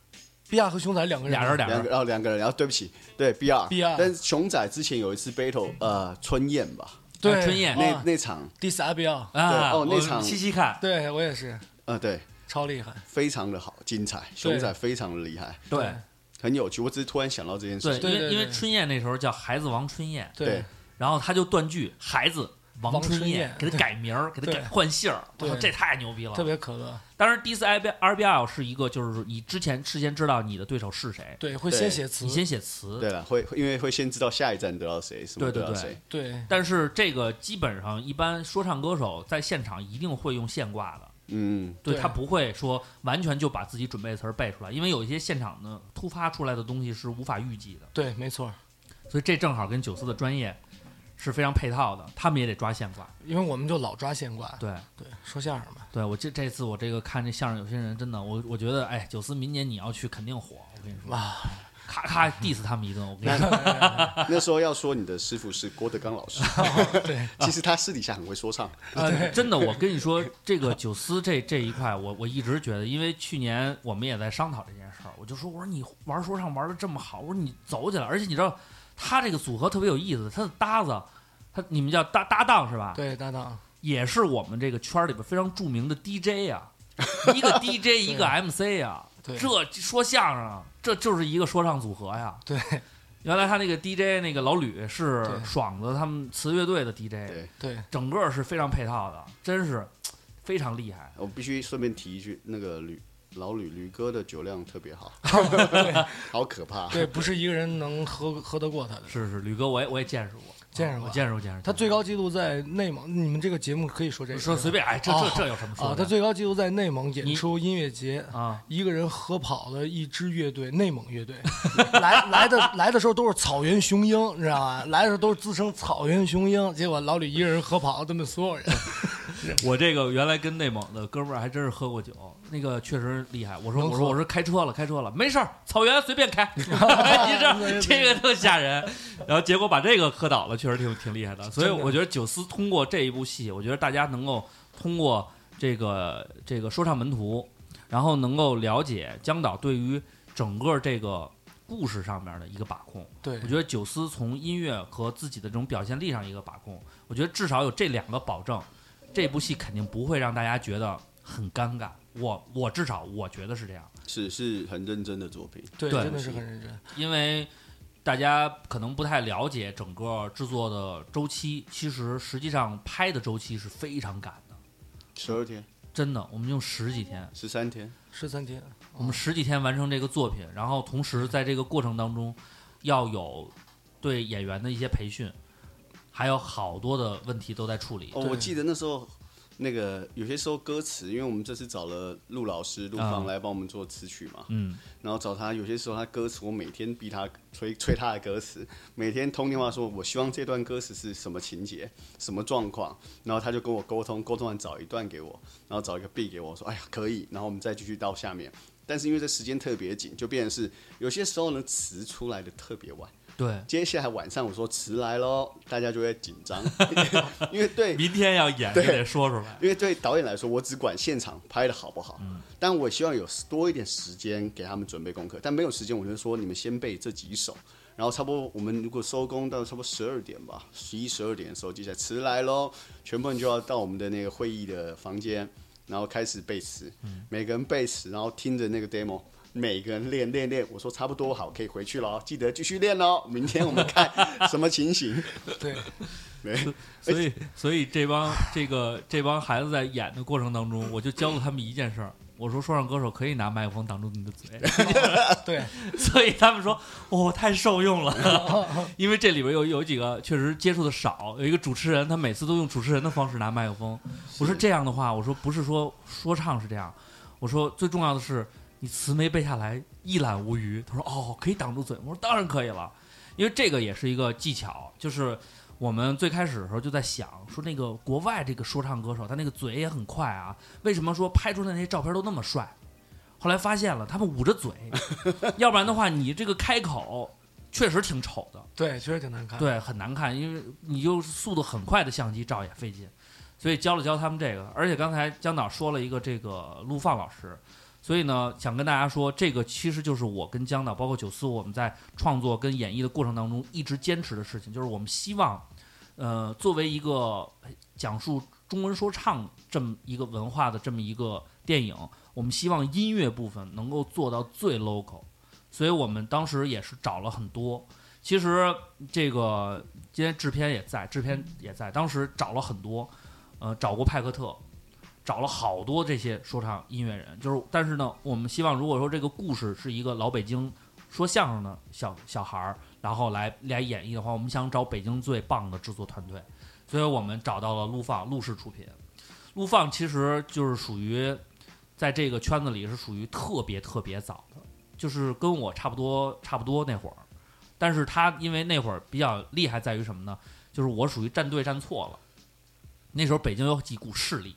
比亚和熊仔两个人，
俩人俩
两个
人，
哦，两个人，然后对不起，对 B R
BR
但是熊仔之前有一次 battle，呃，
嗯
春燕吧，
对
啊春燕
那
啊
那场，
第三比亚，
啊，
对哦那
我
场
细细看，
对我也是
呃，对，
超厉害，
非常的好，精彩，熊仔非常的厉害，
对
很有趣。我只是突然想到这件
对，
事情，
因
对
为
对
因为
对
春燕那时候叫孩子王春燕，
对
对，
然后他就断句，孩子王
王
春
春
燕
燕，
给他改名儿，给他改
对
换姓儿，我操，
对
这太牛逼了！
特别可乐。
当然，第一次 I B R B L 是一个，就是你之前事先知道你的对手是谁，
对，会
对
先写词
你，先写词，
对了，会会因为会先知道下一站得到谁，什么
对
得
对对
到谁，
对
但是这个基本上一般说唱歌手在现场一定会用现挂的，
嗯，
对
对
他不会说完全就把自己准备的词儿背出来，因为有一些现场的突发出来的东西是无法预计的，
对，没错。
所以这正好跟九四的专业是非常配套的，他们也得抓现挂。
因为我们就老抓现挂，
对
对，说相声嘛，
对，我这这次我这个看这相声，有些人真的，我我觉得，哎，九四明年你要去肯定火，我跟你说，
哇，
咔咔 diss 他们一顿，我跟你说，
那时候要说你的师傅是郭德纲 老师，
哦
对，
其实他私底下很会说唱，
呃，真的，我跟你说，这个九思这这一块，我我一直觉得，因为去年我们也在商讨这件事儿，我就说，我说你玩说唱玩的这么好，我说你走起来，而且你知道他这个组合特别有意思，他的搭子，他你们叫搭搭档是吧？，
对，搭档，
也是我们这个圈儿里边非常著名的 DJ 啊，一个 DJ 一个 MC 啊，
对
这说相声啊，这就是一个说唱组合呀。
对
原来他那个 DJ 那个老吕是
对
爽子他们词乐队的 DJ，
对
对，
整个是非常配套的，真是非常厉害。
我必须顺便提一句，那个吕老吕吕哥的酒量特别好，好可怕。
对，不是一个人能喝喝得过他的。
是是，吕哥，我也我也见识过，啊
见识过
我见识过，见识过。
他最高纪录在内蒙，你们这个节目可以说这个，
说随便，哎，这
哦
这这有什么说
啊，
的？
他最高纪录在内蒙
你
演出音乐节，
啊，
一个人喝跑了一支乐队，内蒙 乐队，来来的来的时候都是草原雄鹰，你知道吗？来的时候都是自称草原雄鹰，结果老李一个人喝跑了他们所有人。
我这个原来跟内蒙的哥们儿还真是喝过酒，那个确实厉害。我说
能
我说
喝
我说开车了，开车了，没事儿，草原随便 开，你知道这个特吓人。然后结果把这个喝倒了，确实挺挺厉害的。所以
真的
我觉得九思通过这一部戏，我觉得大家能够通过这个这个说唱门徒，然后能够了解江导对于整个这个故事上面的一个把控。
对
我觉得九思从音乐和自己的这种表现力上一个把控，我觉得至少有这两个保证，这部戏肯定不会让大家觉得很尴尬。我我至少我觉得是这样，
是是很认真的作品，
对，
对
真的是很认真。
因为大家可能不太了解整个制作的周期，其实实际上拍的周期是非常赶的，
十二天、
真的，我们用十几天，
十三天，
十三天，
我们十几天完成这个作品，然后同时在这个过程当中，要有对演员的一些培训，还有好多的问题都在处理。
哦，
对
我记得那时候那个有些时候歌词，因为我们这次找了陆老师、陆
啊
芳来帮我们做词曲嘛，
嗯，
然后找他，有些时候他歌词，我每天逼他催催他的歌词，每天通电话说，我希望这段歌词是什么情节、什么状况，然后他就跟我沟通，沟通完找一段给我，然后找一个 B 给我，说哎呀可以，然后我们再继续到下面。但是因为这时间特别紧，就变成是有些时候呢词出来的特别晚。
对，
接下来晚上我说词来喽，大家就会紧张， 因为对
明天要演就
对
得说出来。嗯
因为对导演来说，我只管现场拍的好不好，但我希望有多一点时间给他们准备功课，但没有时间，我就说你们先背这几首，然后差不多我们如果收工到差不多十二点吧，十一十二点的时候，接下来词来喽，全部人就要到我们的那个会议的房间，然后开始背词，
嗯
每个人背词，然后听着那个 demo。每个人练练练，我说差不多好，可以回去了哦，记得继续练喽。明天我们看什么情形。
对，
所以，所以这帮这个这帮孩子在演的过程当中，我就教了他们一件事儿。我说，说唱歌手可以拿麦克风挡住你的嘴，
对，
所以他们说，哦，太受用了。 因为这里边有有几个确实接触的少，有一个主持人，他每次都用主持人的方式拿麦克风。我说这样的话，我说不是说说唱是这样，我说最重要的是你词没背下来，一览无余。他说哦，可以挡住嘴。我说当然可以了，因为这个也是一个技巧，就是。我们最开始的时候就在想，说那个国外这个说唱歌手，他那个嘴也很快啊，为什么说拍出来那些照片都那么帅？后来发现了，他们捂着嘴，要不然的话，你这个开口确实挺丑的，
对，确实挺难看。
对，很难看，因为你就速度很快的相机照也费劲，所以教了教他们这个。而且刚才姜导说了一个这个陆放老师，所以呢，想跟大家说，这个其实就是我跟姜导，包括九四，我们在创作跟演绎的过程当中一直坚持的事情，就是我们希望，呃，作为一个讲述中文说唱这么一个文化的这么一个电影，我们希望音乐部分能够做到最 local。所以我们当时也是找了很多，其实这个今天制片也在，制片也在，当时找了很多，呃，找过派克特，找了好多这些说唱音乐人，就是但是呢，我们希望如果说这个故事是一个老北京说相声的小小孩儿，然后来来演绎的话，我们想找北京最棒的制作团队，所以我们找到了陆放，陆氏出品。陆放其实就是属于在这个圈子里是属于特别特别早的，就是跟我差不多差不多那会儿，但是他因为那会儿比较厉害在于什么呢？就是我属于站队站错了。那时候北京有几股势力，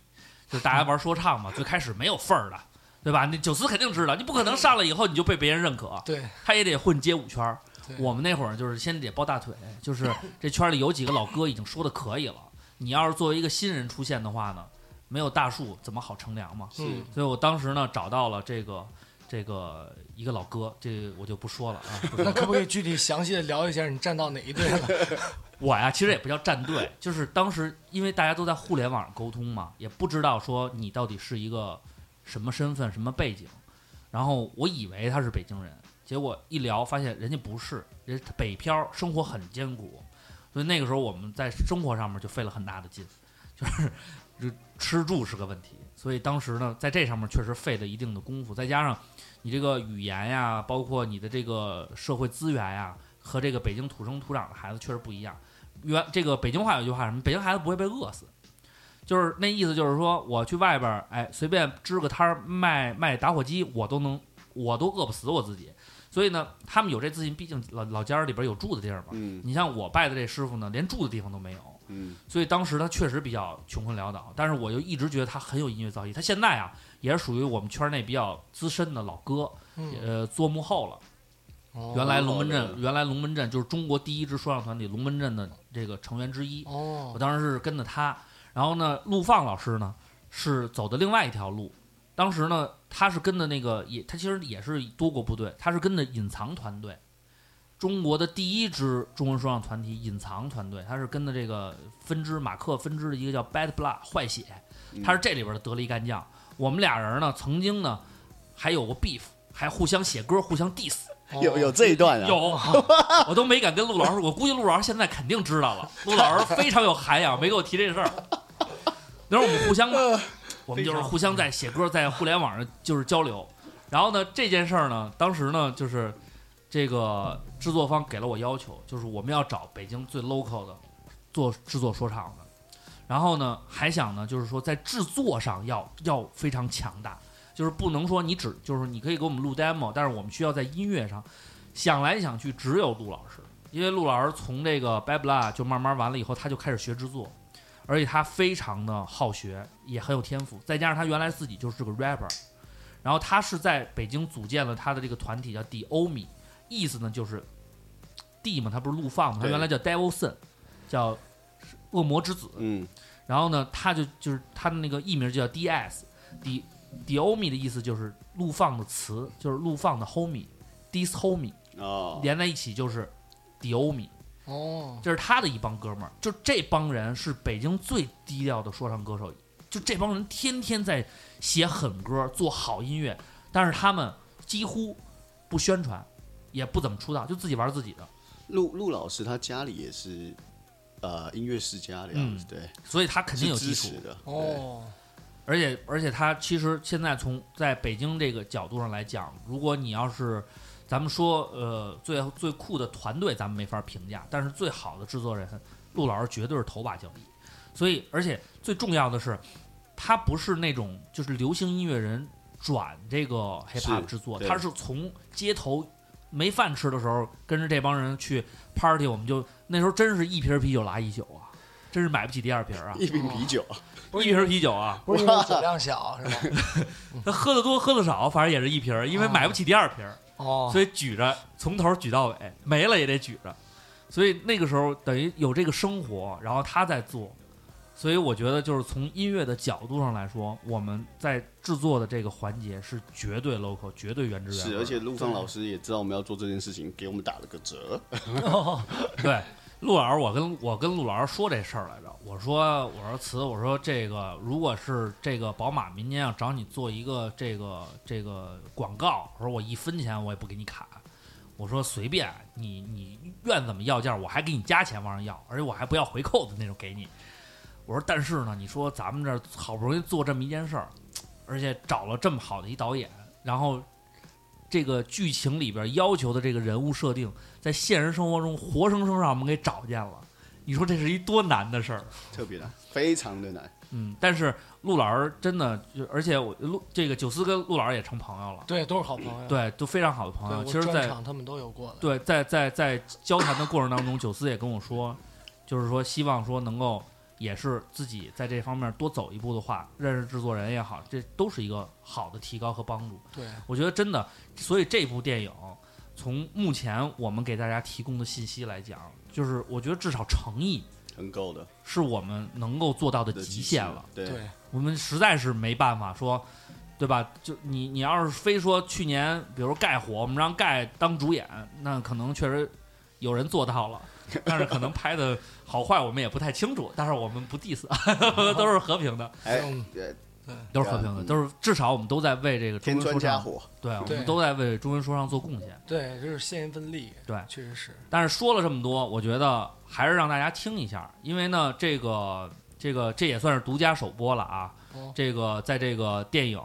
就是大家玩说唱嘛，最开始没有份儿的，对吧？那九思肯定知道，你不可能上来以后你就被别人认可，
对，
他也得混街舞圈儿。
对
我们那会儿就是先得抱大腿，就是这圈儿里有几个老哥已经说的可以了， 你要是作为一个新人出现的话呢，没有大树怎么好乘凉嘛？
嗯
所以我当时呢找到了这个这个一个老哥，这个我就不说了啊。不说
那
了
可不可以具体详细的聊一下你站到哪一 队了？
我呀，其实也不叫站队， 就是当时因为大家都在互联网上沟通嘛，也不知道说你到底是一个什么身份、什么背景。然后我以为他是北京人，结果一聊发现人家不是，人家北漂，生活很艰苦。所以那个时候我们在生活上面就费了很大的劲，就是就吃住是个问题。所以当时呢，在这上面确实费了一定的功夫，再加上你这个语言呀，包括你的这个社会资源呀，和这个北京土生土长的孩子确实不一样。原这个北京话有句话什么？北京孩子不会被饿死，就是那意思，就是说我去外边儿，哎，随便支个摊儿卖卖打火机，我都能，我都饿不死我自己。所以呢，他们有这自信，毕竟老老家儿里边儿有住的地儿嘛。
嗯
你像我拜的这师傅呢，连住的地方都没有，
嗯，
所以当时他确实比较穷困潦倒。但是我就一直觉得他很有音乐造诣，他现在啊也是属于我们圈内比较资深的老哥，
嗯，
呃，做幕后了。
哦
原来龙门
哦
阵，原来龙门阵就是中国第一支说唱团体龙门阵的这个成员之一。 我
哦，
当时是跟着他，然后呢，陆放老师呢是走的另外一条路。当时呢，他是跟着那个也，他其实也是多国部队，他是跟着隐藏团队，中国的第一支中文说唱团体隐藏团队，他是跟着这个分支马克分支的一个叫 Bad Blood 坏血，他是这里边的得力干将。我们俩人呢，曾经呢还有过 beef，还互相写歌，互相 diss。
有有这一段啊，
有， 我都没敢跟陆老师，我估计陆老师现在肯定知道了。陆老师非常有涵养，没给我提这事儿。那时候我们互相骂，我们就是互相在写歌，在互联网上就是交流。然后呢，这件事儿呢，当时呢，就是这个制作方给了我要求，就是我们要找北京最 local 的做制作说唱的。然后呢，还想呢，就是说在制作上要要非常强大，就是不能说你只就是你可以给我们录 demo，但是我们需要在音乐上想来想去，只有陆老师，因为陆老师从这个 b a b l a 就慢慢完了以后，他就开始学制作，而且他非常的好学，也很有天赋，再加上他原来自己就是个 rapper，然后他是在北京组建了他的这个团体叫 d o m i 意思呢就是 D 嘛，他不是陆放嘛，他
对
原来叫 Devil Son，叫恶魔之子，
嗯
然后呢，他就就是他的那个艺名就叫 DS，D d o m i 的意思就是陆放的词，就是陆放的 homie，dis homie。
哦，
连在一起就是迪欧米，
哦，
这是他的一帮哥们儿。就这帮人是北京最低调的说唱歌手，就这帮人天天在写狠歌，做好音乐，但是他们几乎不宣传，也不怎么出道，就自己玩自己的。
陆陆老师他家里也是呃音乐世家的样子，
嗯
对，
所以他肯定有
是
基
支
础，
持的，对，
哦，
而且而且他其实现在从在北京这个角度上来讲，如果你要是咱们说呃最最酷的团队，咱们没法评价，但是最好的制作人陆老师绝对是头把交椅。所以而且最重要的是，他不是那种就是流行音乐人转这个 hip hop
是
制作，
对
他是从街头没饭吃的时候跟着这帮人去 party，我们就那时候真是一瓶啤酒拉一宿啊，真是买不起第二瓶啊，
一瓶啤酒，
一瓶啤酒啊。
不是因为酒量小是 吧？
他喝的多喝的少，反正也是一瓶儿，因为买不起第二瓶儿，
哦，
所以举着从头举到尾，没了也得举着。所以那个时候等于有这个生活，然后他在做，所以我觉得就是从音乐的角度上来说，我们在制作的这个环节是绝对 local，绝对原汁原味
是，
儿。
而且陆放老师也知道我们要做这件事情，给我们打了个折，
嗯 对，陆老师，我跟我跟陆老师说这事儿来着，我说我说词，我说这个如果是这个宝马明年要找你做一个这个这个广告，我说我一分钱我也不给你砍，我说随便你你愿怎么要价，我还给你加钱往上要，而且我还不要回扣的那种给你。我说但是呢，你说咱们这儿好不容易做这么一件事儿，而且找了这么好的一导演，然后这个剧情里边要求的这个人物设定，在现实生活中活生生让我们给找见了。你说这是一多难的事儿？
特别难，非常的难。
嗯，但是陆老师真的，就而且我陆这个九四跟陆老师也成朋友了，
对，都是好朋友。
对，都非常好的朋
对，
友。
我
其实
专
在，
场他们都有过的。
对在在在交谈的过程当中，九四也跟我说，就是说希望说能够也是自己在这方面多走一步的话，认识制作人也好，这都是一个好的提高和帮助。
对，
我觉得真的，所以这部电影从目前我们给大家提供的信息来讲，就是我觉得至少诚意
很够的，
是我们能够做到的
的
极
极
限
限
了。。
对，
对，
我们实在是没办法说，对吧？就你你要是非说去年，比如说盖火，我们让盖当主演，那可能确实有人做到 了，但是可能拍的好坏我们也不太清楚。但是我们不 diss，啊都是和平的，
哎，
嗯
呃
都是和平的，
嗯
都是至少我们都在为这个中
添
文
砖
说
加
唱，
火，
对，我们
对
都在为中文说唱做贡献。
对，就是献一份力。
对
确实是。
但是说了这么多，我觉得还是让大家听一下，因为呢，这个这个这也算是独家首播了啊。
哦
这个在这个电影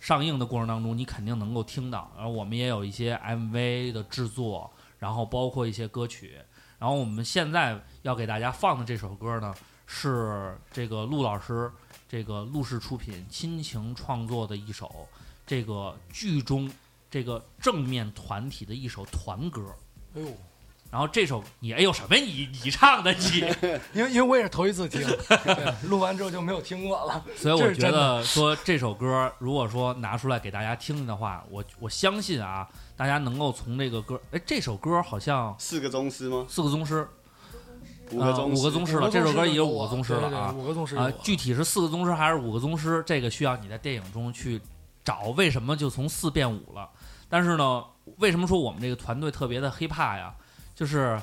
上映的过程当中，你肯定能够听到。然后我们也有一些 MV 的制作，然后包括一些歌曲。然后我们现在要给大家放的这首歌呢，是这个陆老师这个陆氏出品亲情创作的一首这个剧中这个正面团体的一首团歌。
哎呦，
然后这首你哎呦什么你你唱的 你，
因为因为我也是头一 次听，对录完之后就没有听过了。
所以我
这是
觉
真
得
的
说这首歌如果说拿出来给大家听的话，我我相信啊，大家能够从这个歌，哎这首歌好像
四个宗师吗？
四个宗师，
五个
呃
宗师，
五个宗师了，这首歌也有五个宗师了
对对
啊
对五个宗师有
啊
我，
具体是四个宗师还是五个宗师，这个需要你在电影中去找为什么就从四变五了。但是呢，为什么说我们这个团队特别的 hiphop 呀？就是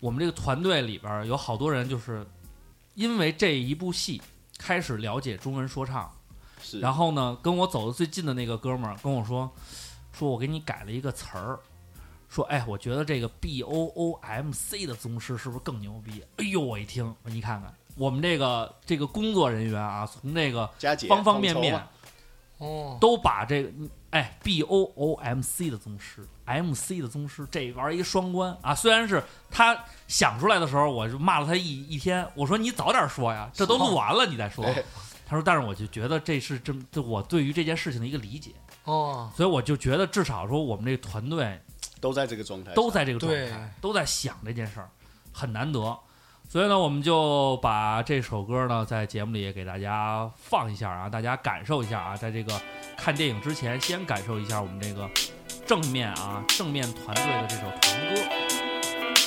我们这个团队里边儿有好多人，就是因为这一部戏开始了解中文说唱，
是，
然后呢，跟我走的最近的那个哥们儿跟我说，说我给你改了一个词儿，说哎，我觉得这个 B O O M C 的宗师是不是更牛逼？哎呦，我一听，我说你看看我们这个这个工作人员啊，从这个
佳姐
方方面面
统筹嘛啊
哦，
都把这个哎 B O O M C 的宗师，M C 的宗师，这玩意儿一个双关啊！虽然是他想出来的时候，我就骂了他一一天，我说你早点说呀，这都录完了你再说。
对
他说，但是我就觉得这是这这我对于这件事情的一个理解，
哦，
所以我就觉得至少说我们这个团队
都在这个状态，
都在这个状
对
态，都在想这件事儿，很难得。所以呢，我们就把这首歌呢，在节目里也给大家放一下啊，大家感受一下啊，在这个看电影之前，先感受一下我们这个正面啊正面团队的这首团歌。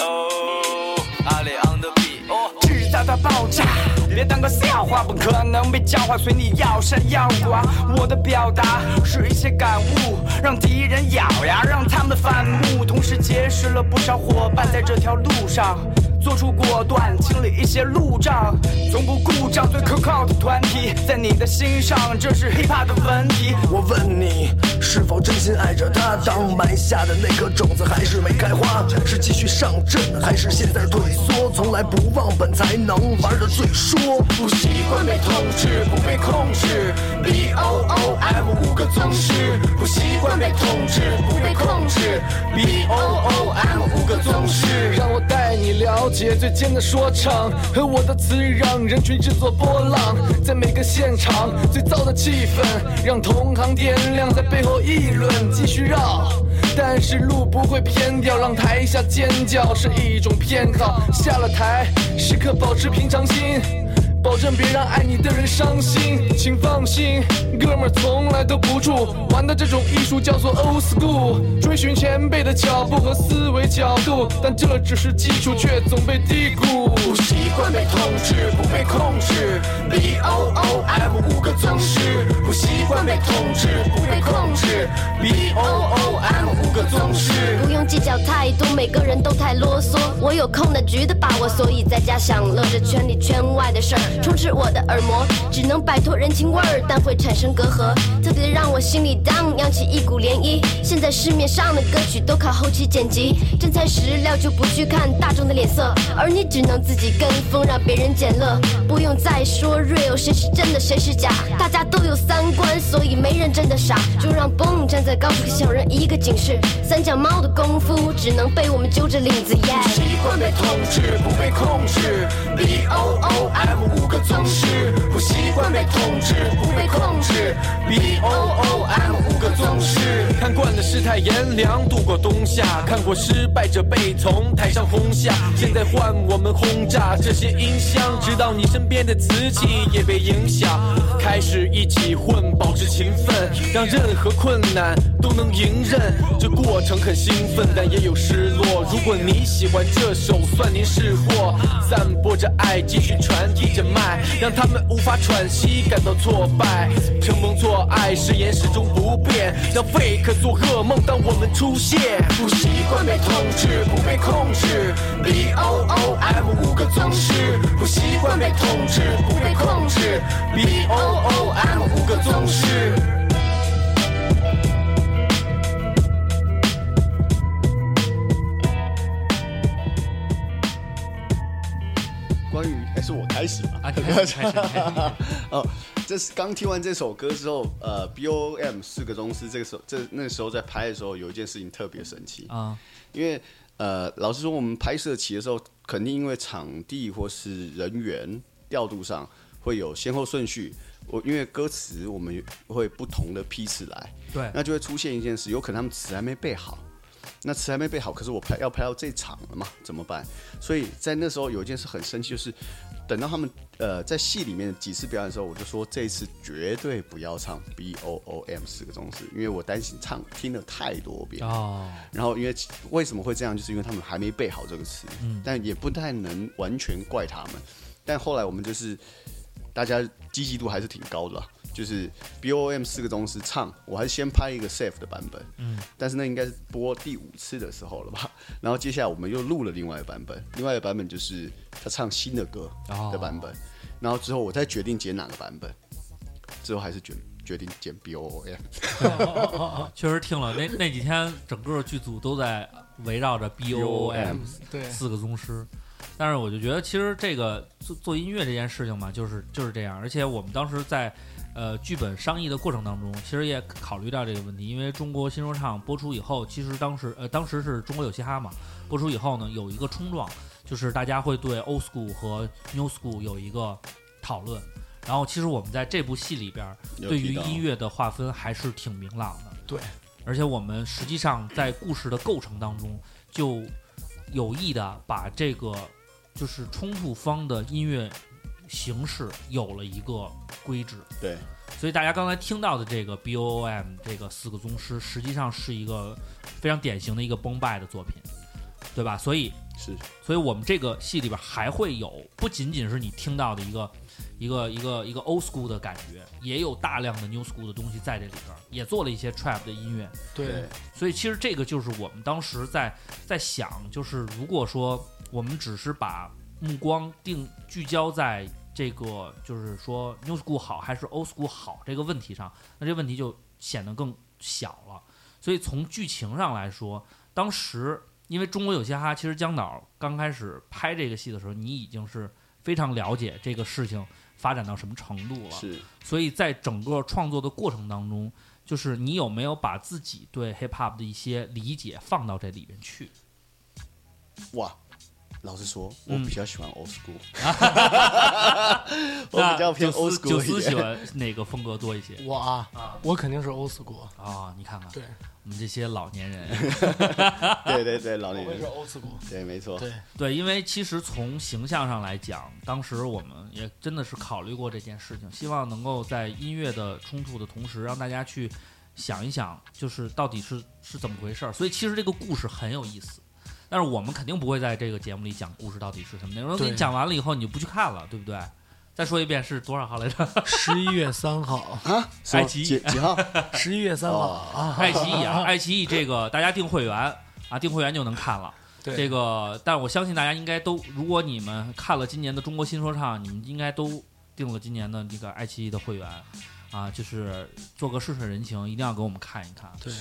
哦，阿里 on the beat，哦，制造它爆炸，别当个笑话，不可能被教化，随你要杀要剐。我的表达是一些感悟，让敌人咬牙，让他们反目，同时结识了不少伙伴，在这条路上。做出果断，清理一些路障，从不故障，最可靠的团体，在你的心上，这是 hiphop 的文体。
我问你，是否真心爱着他？当埋下的那颗种子还是没开花，是继续上阵，还是现在退缩？从来不忘本，才能玩的最说。
不习惯被统治，不被控制。B O O M 五个宗师，不习惯被统治，不被控制。B O O M 五个宗师，
让我带你了解最尖的说唱，和我的词让人群制作波浪，在每个现场最燥的气氛，让同行掂量，在背后议论，继续绕。但是路不会偏掉，让台下尖叫是一种偏好。下了台，时刻保持平常心。保证别让爱你的人伤心，请放心，哥们儿从来都不怵。玩的这种艺术叫做 old school，追寻前辈的脚步和思维角度，但这只是基础，却总被低估。
不习惯被统治，不被控制。B O O M 五个宗师，不习惯被统治，不被控制。B O O M 五个宗师。
不用矜计较太多，每个人都太啰嗦。我有空的局的把握，所以在家享乐着圈里圈外的事儿，充斥我的耳膜，只能摆脱人情味儿，但会产生隔阂，特别让我心里 down，漾起一股涟漪。现在市面上的歌曲都靠后期剪辑，真材实料就不去看大众的脸色，而你只能自己跟风，让别人捡乐，不用再说 real 谁是真的谁是假，大家都有三观，所以没人真的傻，就让 boom 站在高处给小人一个警示，三脚猫的功夫只能被我们揪着领子耶。
习惯被统治，不被控制。B O O M 五个宗师，不习惯被统治，不被控制。B O O M 五个宗师，看惯了世态炎凉，度过冬夏，看过失败者被从台上轰下，现在换我们轰炸这些音箱，直到你身边的瓷器也被影响，开始一起混，保持勤奋，让任何困难都能迎刃。这过程很兴奋，但也有失落。如果你喜欢这首，算您识货。散播着爱，继续传递着脉，让他们无法喘息，感到挫败。承蒙错爱，誓言始终不变，让 fake 做噩梦，当我们出现。不习惯被统治，不被控制。B O O M 五个宗师，不习惯被统治，不被控制。B O O M 五个宗师。
关于哎，是我开始吗？
啊，你开始开始开始，
哦，这是刚听完这首歌之后，呃，B O M 四个宗师，这个时候这那时候在拍的时候，有一件事情特别神奇，
啊，
因为呃，老实说，我们拍摄期的时候，肯定因为场地或是人员调度上会有先后顺序。我因为歌词我们会不同的批次来，
对
那就会出现一件事，有可能他们词还没背好，那词还没背好，可是我拍要拍到这场了嘛，怎么办？所以在那时候有一件事很生气，就是等到他们呃在戏里面几次表演的时候，我就说这一次绝对不要唱 B O O M 四个宗师，因为我担心唱听了太多遍
哦，
然后因为其为什么会这样，就是因为他们还没背好这个词，
嗯
但也不太能完全怪他们。但后来我们就是大家积极度还是挺高的啦，啊就是 B O M 四个宗师唱，我还是先拍一个 safe 的版本，嗯，但是那应该是播第五次的时候了吧。 然后接下来我们又录了另外一个版本，另外一个版本就是他唱新的歌
哦
的版本，然后之后我再决定剪哪个版本，最后还是决决定剪 B O O M。
确实听了那那几天，整个剧组都在围绕着 B O O M
嗯对，
四个宗师。但是我就觉得，其实这个做做音乐这件事情嘛，就是就是这样。而且我们当时在呃剧本商议的过程当中，其实也考虑到这个问题，因为中国新说唱播出以后，其实当时呃当时是中国有嘻哈嘛，播出以后呢有一个冲撞，就是大家会对 old school 和 new school 有一个讨论。然后其实我们在这部戏里边儿，
有
对
提
于
到
音乐的划分还是挺明朗的。
对，
而且我们实际上在故事的构成当中，就有意的把这个就是冲突方的音乐形式有了一个规制。
对，
所以大家刚才听到的这个 B O O M 这个四个宗师，实际上是一个非常典型的一个崩败的作品，对吧？所以
是
所以我们这个戏里边还会有，不仅仅是你听到的一个一个一个一个 old school 的感觉，也有大量的 new school 的东西在这里边儿，也做了一些 trap 的音乐。
对，
所以其实这个就是我们当时在在想，就是如果说我们只是把目光定聚焦在这个就是说 new school 好还是 old school 好这个问题上，那这问题就显得更小了。所以从剧情上来说，当时因为《中国有嘻哈》，其实江导刚开始拍这个戏的时候，你已经是非常了解这个事情发展到什么程度了。
是。
所以在整个创作的过程当中，就是你有没有把自己对 hip hop 的一些理解放到这里面去？
哇，老实说，我
嗯
比较喜欢 old school，、我比较偏 old
九
school
思
一
喜
点。
欢哪个风格多一些
我啊，我肯定是欧斯国，
啊、你看看
对，
我们这些老年人，
对对对，老年
我也
人
是，欧斯国，
对，没错，
对，
啊对，因为其实从形象上来讲，当时我们也真的是考虑过这件事情，希望能够在音乐的冲突的同时，让大家去想一想，就是到底是是怎么回事儿。所以其实这个故事很有意思，但是我们肯定不会在这个节目里讲故事到底是什么内容。给你
对
讲完了以后，你就不去看了，对不对？再说一遍是多少号来着？
十一月三号，
啊，什么
爱奇艺
几几号？
哦
十一月三号啊，
爱奇艺啊，爱奇艺这个大家订会员，啊，订会员就能看了。
对
这个，但是我相信大家应该都，如果你们看了今年的中国新说唱，你们应该都订了今年的这个爱奇艺的会员，啊，就是做个顺水人情，一定要给我们看一看，
对，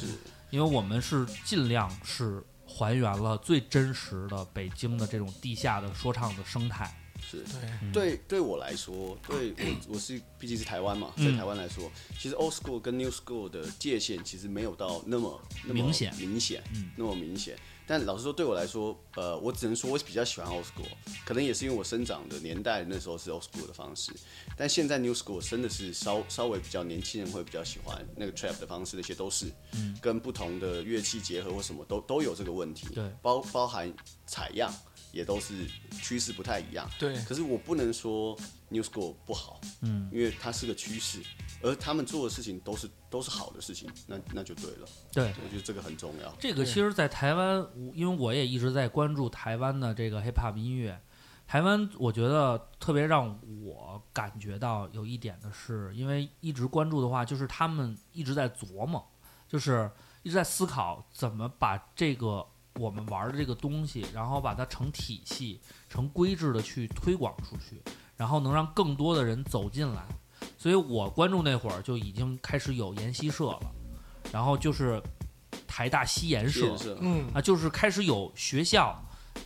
因为我们是尽量是还原了最真实的北京的这种地下的说唱的生态。
是
对
嗯，
对，对我来说，对我我是毕竟是台湾嘛，在
嗯
台湾来说，其实 old school 跟 new school 的界限其实没有到那么那么
明显
明显，
嗯
那么明显。但老实说，对我来说，呃，我只能说我比较喜欢 old school，可能也是因为我生长的年代那时候是 old school 的方式，但现在 new school 真的是稍稍微比较年轻人会比较喜欢那个 trap 的方式，那些都是，
嗯
跟不同的乐器结合或什么都都有这个问题，
对
包包含采样也都是趋势不太一样，
对
可是我不能说 New School 不好，
嗯，
因为它是个趋势，而他们做的事情都是都是好的事情，那那就对了。
对，
我觉得这个很重要。
这个其实，在台湾，我因为我也一直在关注台湾的这个 hip hop 音乐。台湾，我觉得特别让我感觉到有一点的是，因为一直关注的话，就是他们一直在琢磨，就是一直在思考怎么把这个我们玩的这个东西，然后把它成体系、成规制的去推广出去，然后能让更多的人走进来。所以我关注那会儿就已经开始有研习社了，然后就是台大西研社，
是是
嗯，
啊，就是开始有学校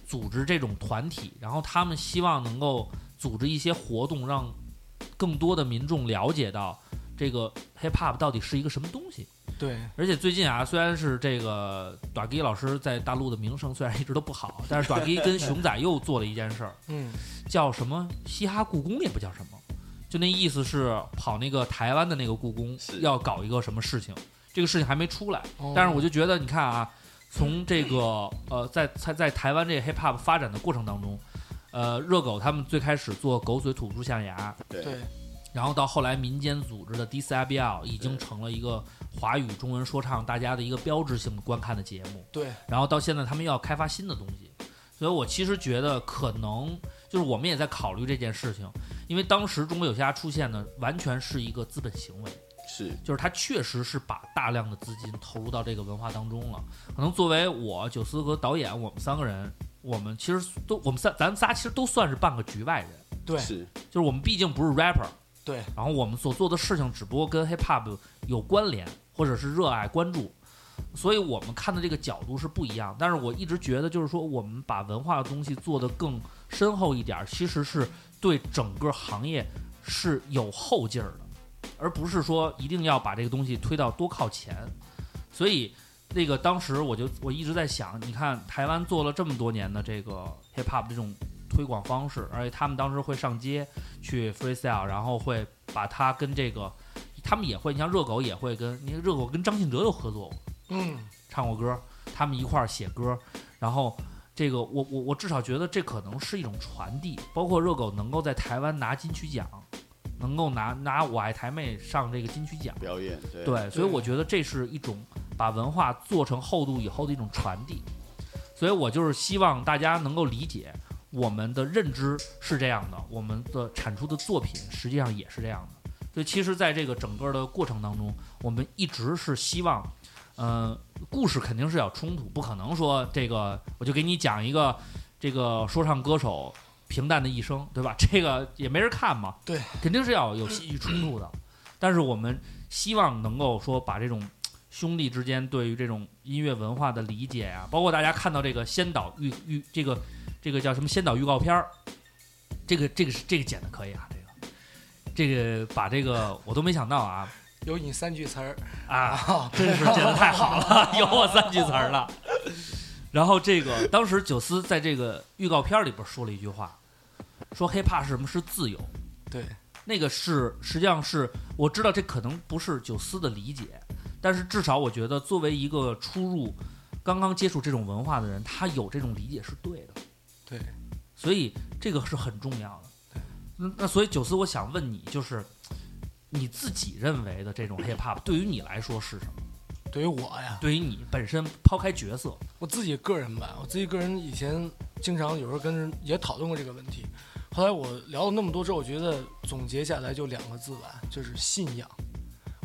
组织这种团体，然后他们希望能够组织一些活动，让更多的民众了解到这个 hip hop 到底是一个什么东西。
对，
而且最近啊，虽然是这个短 G 老师在大陆的名声虽然一直都不好，但是短 G 跟熊仔又做了一件事儿，
嗯，
叫什么嘻哈故宫也不叫什么，就那意思是跑那个台湾的那个故宫
是
要搞一个什么事情，这个事情还没出来，
哦
但是我就觉得你看啊，从这个呃在在在台湾这个 hip hop 发展的过程当中，呃热狗他们最开始做狗嘴吐出象牙，
对
对，
然后到后来民间组织的 DCBL 已经成了一个华语中文说唱大家的一个标志性的观看的节目，
对，
然后到现在他们又要开发新的东西，所以我其实觉得可能就是我们也在考虑这件事情，因为当时中国有嘻哈出现呢，完全是一个资本行为，
是
就是它确实是把大量的资金投入到这个文化当中了。可能作为我九思和导演，我们三个人，我们其实都我们三咱们仨其实都算是半个局外人，
对，
是
就是我们毕竟不是 rapper，
对，
然后我们所做的事情只不过跟 hip hop 有关联，或者是热爱关注，所以我们看的这个角度是不一样。但是我一直觉得，就是说我们把文化的东西做得更深厚一点儿，其实是对整个行业是有后劲儿的，而不是说一定要把这个东西推到多靠前。所以。那个当时我就我一直在想，你看台湾做了这么多年的这个 hip hop 这种推广方式，而且他们当时会上街去 freestyle，然后会把它跟这个，他们也会，你像热狗也会跟，你看热狗跟张信哲都合作过，
嗯，
唱过歌，他们一块儿写歌，然后这个我我我至少觉得这可能是一种传递，包括热狗能够在台湾拿金曲奖，能够拿拿我爱台妹上这个金曲奖，
表演，对
对，所以
对
我觉得这是一种把文化做成厚度以后的一种传递。所以我就是希望大家能够理解，我们的认知是这样的，我们的产出的作品实际上也是这样的。所以其实，在这个整个的过程当中，我们一直是希望，呃，故事肯定是要冲突，不可能说这个我就给你讲一个这个说唱歌手平淡的一生，对吧？这个也没人看嘛，
对，
肯定是要有戏剧冲突的。但是我们希望能够说把这种兄弟之间对于这种音乐文化的理解呀、包括大家看到这个先导预预这个这个叫什么先导预告片儿，这个这个是这个剪的可以啊，这个这个把这个我都没想到啊
有你三句词儿，
啊，真是剪的太好了，有我三句词儿了。然后这个当时九思在这个预告片儿里边说了一句话，说 hiphop 是什么是自由。
对，
那个是实际上是我知道这可能不是九思的理解，但是至少我觉得作为一个初入、刚刚接触这种文化的人，他有这种理解是对的，
对，
所以这个是很重要的
对。
那那所以九思，我想问你，就是你自己认为的这种 hip hop 对于你来说是什么？
对于我呀，
对于你本身抛开角色，
我自己个人吧，我自己个人以前经常有时候跟人也讨论过这个问题。后来我聊了那么多之后，我觉得总结下来就两个字吧，就是信仰。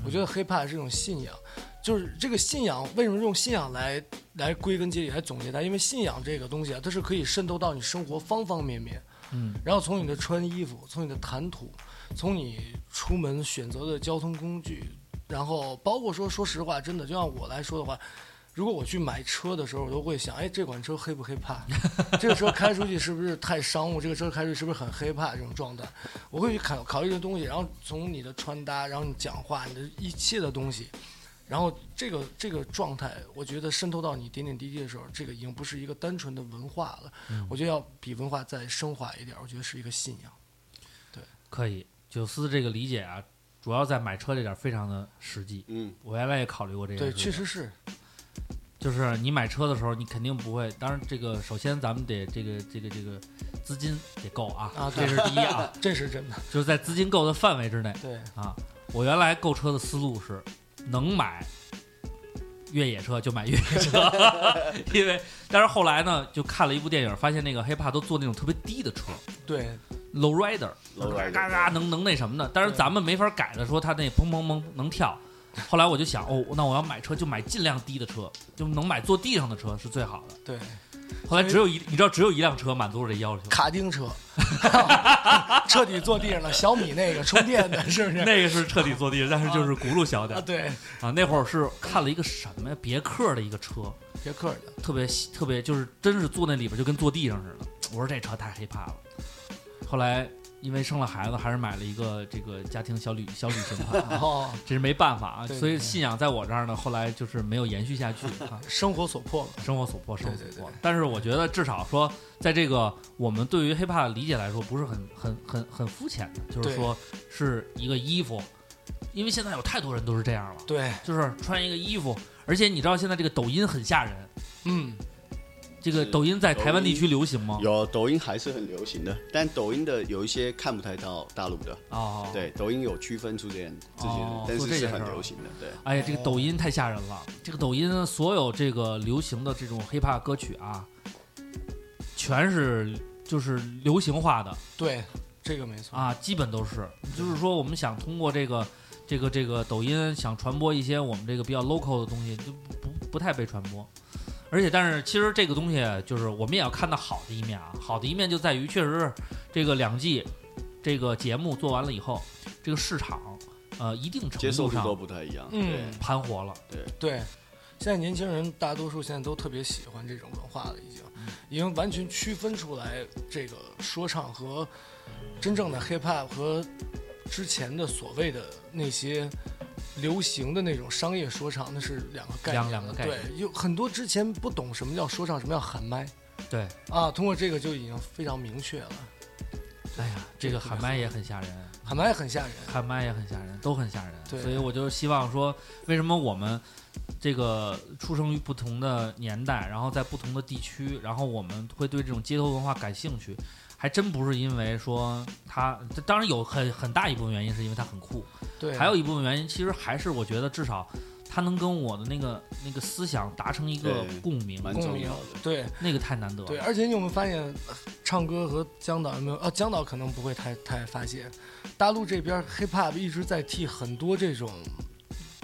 我觉得 hiphop 是一种信仰，就是这个信仰为什么用信仰来来归根结底来总结它？因为信仰这个东西啊，它是可以渗透到你生活方方面面。嗯，然后从你的穿衣服，从你的谈吐，从你出门选择的交通工具，然后包括说，说实话，真的，就像我来说的话，如果我去买车的时候，我都会想，哎，这款车黑不黑怕？ 这个车开出去是不是太商务？这个车开出去是不是很黑怕？这种状态，我会去考考虑这东西，然后从你的穿搭，然后你讲话，你的一切的东西，然后这个这个状态，我觉得渗透到你点点滴滴的时候，这个已经不是一个单纯的文化了，我觉得要比文化再升华一点，我觉得是一个信仰。
可以，九思这个理解啊，主要在买车这点儿非常的实际。
嗯，
我原来也考虑过这个，
对，确实是，
就是你买车的时候，你肯定不会。当然，这个首先咱们得这个这个这个资金得够啊，
啊
这
对
是第一 啊，
这是真的。
就是在资金够的范围之内
对，
啊。我原来购车的思路是，能买越野车就买越野车， 因为但是后来呢，就看了一部电影，发现那个 hiphop 都做那种特别低的车
对，
，low rider，
Lowrider
嘎嘎能能那什么的。但是
对
咱们没法改的，说它那砰砰砰能跳。后来我就想，哦，那我要买车就买尽量低的车，就能买坐地上的车是最好的。
对，
后来只有一，你知道只有一辆车满足了这要求，
卡丁车， 彻底坐地上了。小米那个充电的，是不是？
那个是彻底坐地上，但是就是轱辘小点
啊，
儿
对，
啊。那会儿是看了一个什么呀，别克的一个车，
别克的，
特别细特别就是真是坐那里边就跟坐地上似的。我说这车太害怕了。后来因为生了孩子，还是买了一个这个家庭小旅小旅行款
然
啊，
后
这是没办法啊。
对对
所以
对
信仰在我这儿呢，后来就是没有延续下 去啊。
生活所迫嘛。
生活所迫，生活所
对对
迫。但是我觉得，至少说，在这个我们对于 hiphop 的理解来说，不是很很很很肤浅的，就是
对
说是一个衣服，因为现在有太多人都是这样了，
对，
就是穿一个衣服，而且你知道现在这个抖音很吓人，
嗯，
这个
是
抖音在台湾
抖音
地区流行吗？
有抖音还是很流行的，但抖音的有一些看不太到大陆的，
哦，。
对，抖音有区分出这样这些
哦
人，但
做这
是是
件事
很
儿
流行的，对。
哎呀，这个抖音太吓人了！这个抖音所有这个流行的这种 hiphop 歌曲啊，全是就是流行化的，
对，这个没错。
啊，基本都是，就是说我们想通过这个这个这个抖音想传播一些我们这个比较 local 的东西，就不不不太被传播。而且，但是其实这个东西就是我们也要看到好的一面啊，好的一面就在于确实是这个两季这个节目做完了以后，这个市场呃一定程
接受
度
度都
上
不太一样，
嗯，
盘活了，
对，现在年轻人大多数现在都特别喜欢这种文化了，已经，
嗯
已经完全区分出来这个说唱和真正的 hip hop 和之前的所谓的那些流行的那种商业说唱，那是两个概念
两两
了。
个概念
对，有很多之前不懂什么叫说唱，什么叫喊麦
对，
啊，通过这个就已经非常明确了。
哎呀，这个喊麦也很吓人，
喊麦很吓人，
喊麦也很吓人，都很吓人。
对
所以我就希望说，为什么我们这个出生于不同的年代，然后在不同的地区，然后我们会对这种街头文化感兴趣，还真不是因为说它，这当然有很很大一部分原因是因为它很酷，
对，
还有一部分原因其实还是我觉得至少它能跟我的那个那个思想达成一个
对
共鸣，
蛮
共
重
鸣
要的，
对。
那个太难得
对，
了。
而且你有没有发现，呃唱歌和江岛有没有？啊，江岛可能不会太太发现，大陆这边 hiphop 一直在替很多这种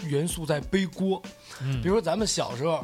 元素在背锅，
嗯
比如说咱们小时候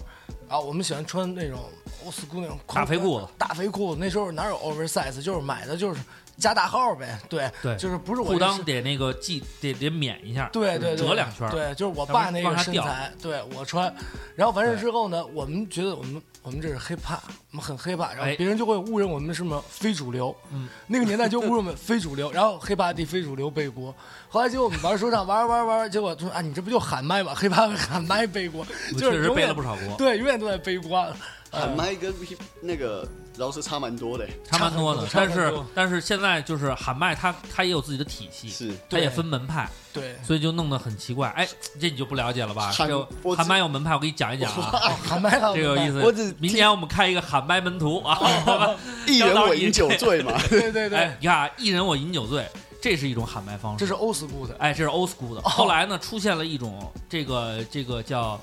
啊，我们喜欢穿那种 old school 那种
大肥裤子，
大肥裤子，那时候哪有 oversize，就是买的就是加大号呗，对，
对
就是不是我
裤裆
是
得那个系得得免一下，
对对对，
折两圈儿
对，就是我
要不然
爸那
往
个
下
身
掉
材，对我穿，然后完事
对
之后呢，我们觉得我们我们这是 hiphop，我们很 hiphop，然后
哎
别人就会误认我们什么非主流，
嗯
那个年代就误认我们非主流，然后 hiphop 替非主流背锅，后来结果我们玩说唱玩玩玩，结果就说啊你这不就喊麦吗？hiphop 喊麦背锅，
我
就
确
是
实
永
背
远
了不少锅，
对，永远都在背锅，
喊
嗯
麦跟那个饶舌差蛮多的，
差蛮多的，
差
但
很多
是
差很多
但是现在就是喊麦它，它也有自己的体系，
是
它
对
也分门派，
对，
所以就弄得很奇怪。哎，这你就不了解了吧？
喊
这
我
喊麦有门派，我给你讲一讲啊，
喊麦了
这个有意思。
我只
明年我们开一个喊麦门徒啊， 好吧
一人我饮酒醉 嘛，
对对对
哎，，你看啊，一人我饮酒醉，这是一种喊麦方式，
这是 old school 的，
哎，这是 old school
哦
的。后来呢，出现了一种这个这个叫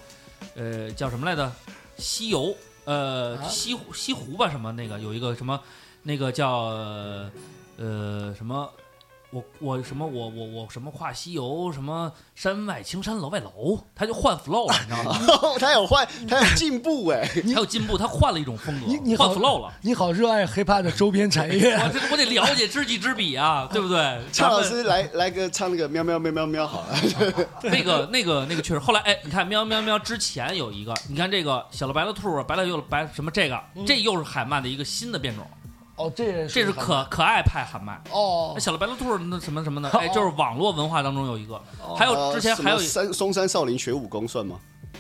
呃叫什么来着？西游呃、
啊
西湖西湖吧什么那个有一个什么那个叫呃什么我我什么我我我什么跨西游什么山外青山楼外楼，他就换 flow 了，你知道 吗？
他有换，他有进步哎、
他有进步，他换了一种风格
你你，
换
好
flow 了。 哎
你好热爱 hiphop 的周边产业，
我这我得了解知己知彼啊，对不 对？
蔡
咱
老
们
师来来个唱那个喵喵喵喵喵好了，
那个那个那个确实，后来哎，你看喵喵喵之前有一个，你看这个小了白了兔，白了又了白什么这个，
嗯
这又是海曼的一个新的变种，
哦，这也
这是
很
可可爱派喊麦。
哦
那，小了白了兔那什么什么的，哎，就是网络文化当中有一个，
哦
还有
呃
之前
什
还有
么山嵩山少林学武功算吗？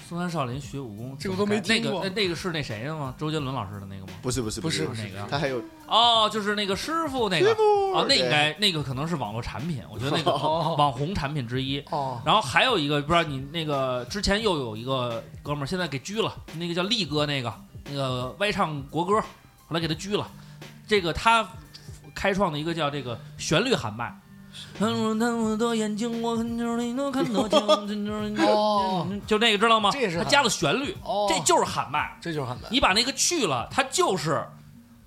嵩山少林学武功，
这个我都没听
那
过
个那那个是那谁的吗？周杰伦老师的那个吗？
不是不是
不是
不是哪个啊
他还有
哦，就是那个师傅那个
师傅
哦，那应
对
该那个可能是网络产品，我觉得那个
哦
网红产品之一。
哦
然后还有一个不知道你那个之前又有一个哥们儿，现在给拘了，那个叫力哥，那个那个歪唱国歌，后来给他拘了。这个他开创的一个叫这个旋律喊麦。看我的眼睛，我看着你能看得清。
哦，
就那个知道吗？
这也是
他
喊
加了旋律，
哦
这就是喊麦。
这就是喊麦，
你把那个去了，他就是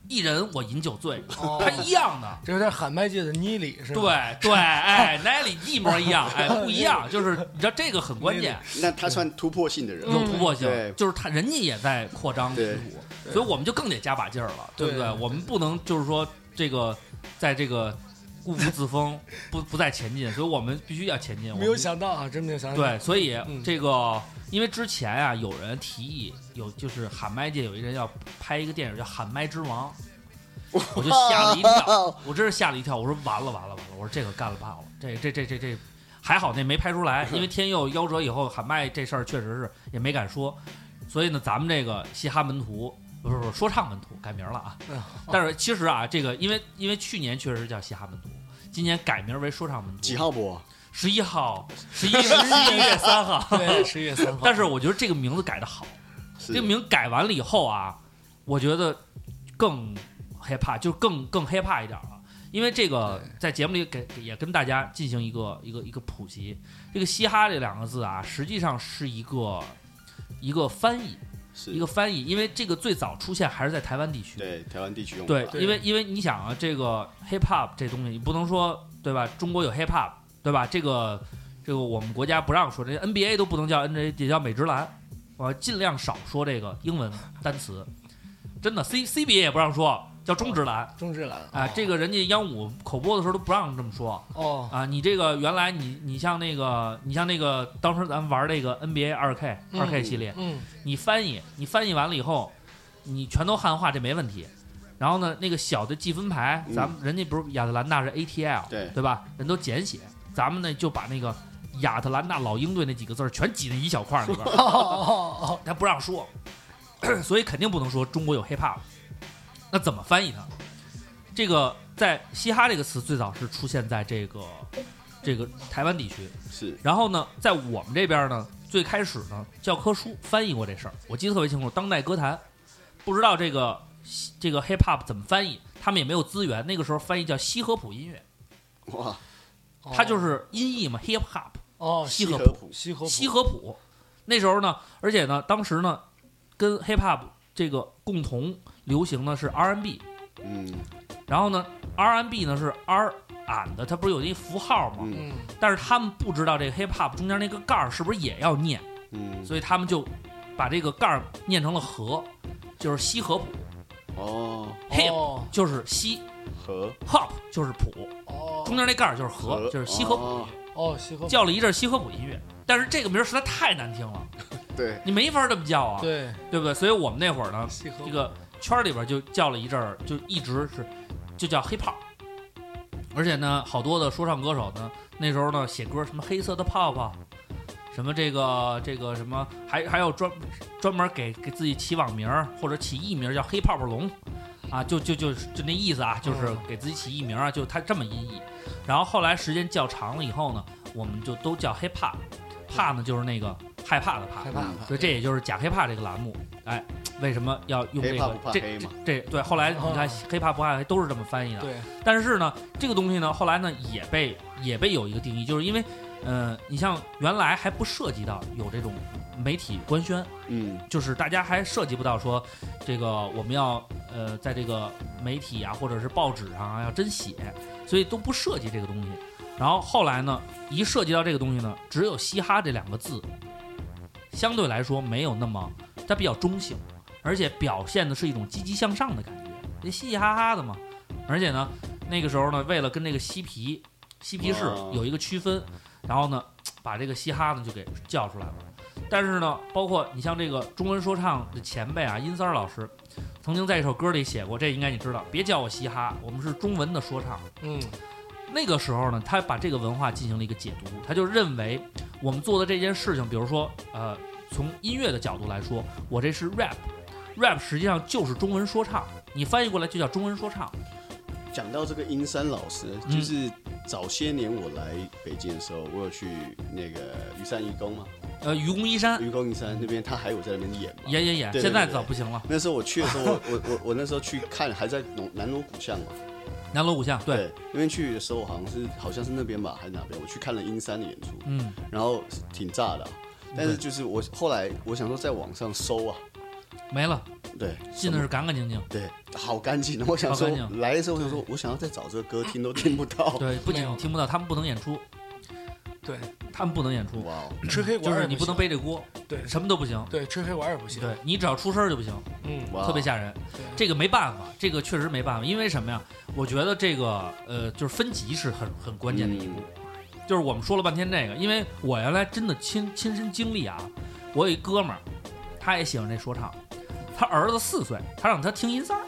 一人我饮酒醉，
哦
他一样的。
这有点喊麦界的妮里是吧？
对对， 哎，奶里一模一样，哎，不一样，就是你知道这个很关键，
那他算突破性的
嗯
人，
有突破性
对，
就是他人家也在扩张领土，所以我们就更得加把劲儿了，对不对？我们不能就是说这个在这个固步自封，不不再前进，所以我们必须要前进。我
没有
们
想到啊，真没有想到。
对，所以
嗯
这个，因为之前啊，有人提议有就是喊麦界有一人要拍一个电影叫《喊麦之王》， 我就吓了一跳，我真是吓了一跳，我说完了完了完了，我说这个干了罢了，这这这这这还好那没拍出来，因为天佑夭折以后喊麦这事儿确实是也没敢说，所以呢，咱们这个嘻哈门徒。不是不是说唱门徒改名了啊，
嗯
但是其实啊，这个因为因为去年确实叫嘻哈门徒，今年改名为说唱门徒。
几号播？
十一号，十一十一月三 号。
对，十一月三号。
但是我觉得这个名字改的好，
是
这个名改完了以后啊，我觉得更害怕，就更更害怕一点了。因为这个在节目里给也跟大家进行一个一个一个普及，这个嘻哈这两个字啊，实际上是一个一个翻译，
是
一个翻译，因为这个最早出现还是在台湾地区，
对台湾地区用
对
法，
对
因为因为你想啊，这个 hip hop 这东西，你不能说对吧？中国有 hip hop 对吧？这个这个我们国家不让说，这 NBA 都不能叫 NBA，也叫美职篮，我尽量少说这个英文单词。真的，C CBA 也不让说，叫中职篮
钟志兰
啊。这个人家央五口播的时候都不让这么说
哦，
啊。你这个原来你你像那个你像那个当时咱们玩那个 NBA 二 K 二 K 系列，
嗯，
你翻译，你翻译完了以后，你全都汉化，这没问题。然后呢，那个小的记分牌，
嗯
咱们人家不是亚特兰大是 ATL，
对
吧？人都简写，咱们呢就把那个亚特兰大老鹰队那几个字儿全挤在一小块儿里边 儿，
哦 哦
他不让说， 所以肯定不能说中国有 hiphop。那怎么翻译它？这个在嘻哈这个词最早是出现在这个这个台湾地区，
是
然后呢，在我们这边呢，最开始呢，教科书翻译过这事儿，我记得特别清楚。当代歌坛，不知道这个这个 hip hop 怎么翻译，他们也没有资源。那个时候翻译叫西河谱音乐，
哇，
哦，
它就是音译嘛，hip hop
哦
西河
科
谱
普
西河
西河谱。那时候呢，而且呢，当时呢，跟 hip hop 这个共同流行的是 R&B，
嗯
然后呢，R&B 呢是 R 俺的，它不是有那符号吗？
嗯
嗯
但是他们不知道这个 hip hop 中间那个盖儿是不是也要念。
嗯，
所以他们就把这个盖儿念成了河，就是西河谱
哦
，hip
哦
就是西
和
，hop 就是谱，
哦
中间那盖儿就是河，就是西河谱
哦，
哦西河
叫了一阵西河谱音乐。但是这个名儿实在太难听了，
对，
你没法这么叫啊，
对
对不对？所以我们那会儿呢，
西河
这个圈儿里边就叫了一阵儿，就一直是就叫 hip hop。而且呢，好多的说唱歌手呢，那时候呢写歌什么黑色的泡泡，什么这个这个什么，还还有专专门给给自己起网名儿或者起艺名儿叫黑泡泡龙，啊，就就就就那意思啊，就是
嗯
给自己起艺名儿啊，就他这么音译。然后后来时间较长了以后呢，我们就都叫 hip hop。怕呢就是那个害怕的怕，
害怕
所以这也就是假黑怕这个栏目，哎，为什么要用这
黑怕
个
不怕
这
黑
这
嘛
这对？后来你看
哦
黑怕不怕黑都是这么翻译的，
对
但是呢，这个东西呢，后来呢也被也被有一个定义，就是因为，呃，你像原来还不涉及到有这种媒体官宣，
嗯
就是大家还涉及不到说这个我们要呃呃，在这个媒体啊或者是报纸上啊要真写，所以都不涉及这个东西。然后后来呢，一涉及到这个东西呢，只有嘻哈这两个字，相对来说没有那么，它比较中性，而且表现的是一种积极向上的感觉，这嘻嘻哈哈的嘛。而且呢，那个时候呢，为了跟这个嬉皮嬉皮士
哦
有一个区分，然后呢，把这个嘻哈呢就给叫出来了。但是呢，包括你像这个中文说唱的前辈啊，殷三儿老师，曾经在一首歌里写过，这应该你知道，别叫我嘻哈，我们是中文的说唱。
嗯，
那个时候呢，他把这个文化进行了一个解读，他就认为我们做的这件事情，比如说，呃，从音乐的角度来说，我这是 rap，rap 实际上就是中文说唱，你翻译过来就叫中文说唱。
讲到这个阴山老师，
嗯
就是早些年我来北京的时候，我有去那个雨山愚公嘛，
呃，愚公移山
愚公移山那边，他还有在那边演嘛。
演演演，
对对
现在
对
早不行了。
那时候我去的时候，我我我我那时候去看，还在南南锣鼓巷嘛。
南锣鼓巷，对，
那边去的时候好像是好像是那边吧，还是哪边？我去看了阴山的演出，
嗯，
然后挺炸的啊、但是就是我后来我想说在网上搜啊，
没了，
对，
进的是干干净净。
对，好干净。啊我想说
好干净啊
来的时候我想说，我想要再找这个歌听都听不到。
对，不仅
没有
听不到，他们不能演出，
对，
他们不能演出，
哇哦，
吃黑
就
管儿
是
也
你不能
行
背这锅，
对
什么都不行。
对吃黑管儿也不行，
对你只要出声儿就不行，
嗯，
哇哦
特别吓人。
对
这个没办法，这个确实没办法，因为什么呀？我觉得这个呃，就是分级是很很关键的
嗯
一步。就是我们说了半天这个，因为我原来真的亲亲身经历啊，我有一哥们儿，他也喜欢这说唱，他儿子四岁，他让他听音三儿。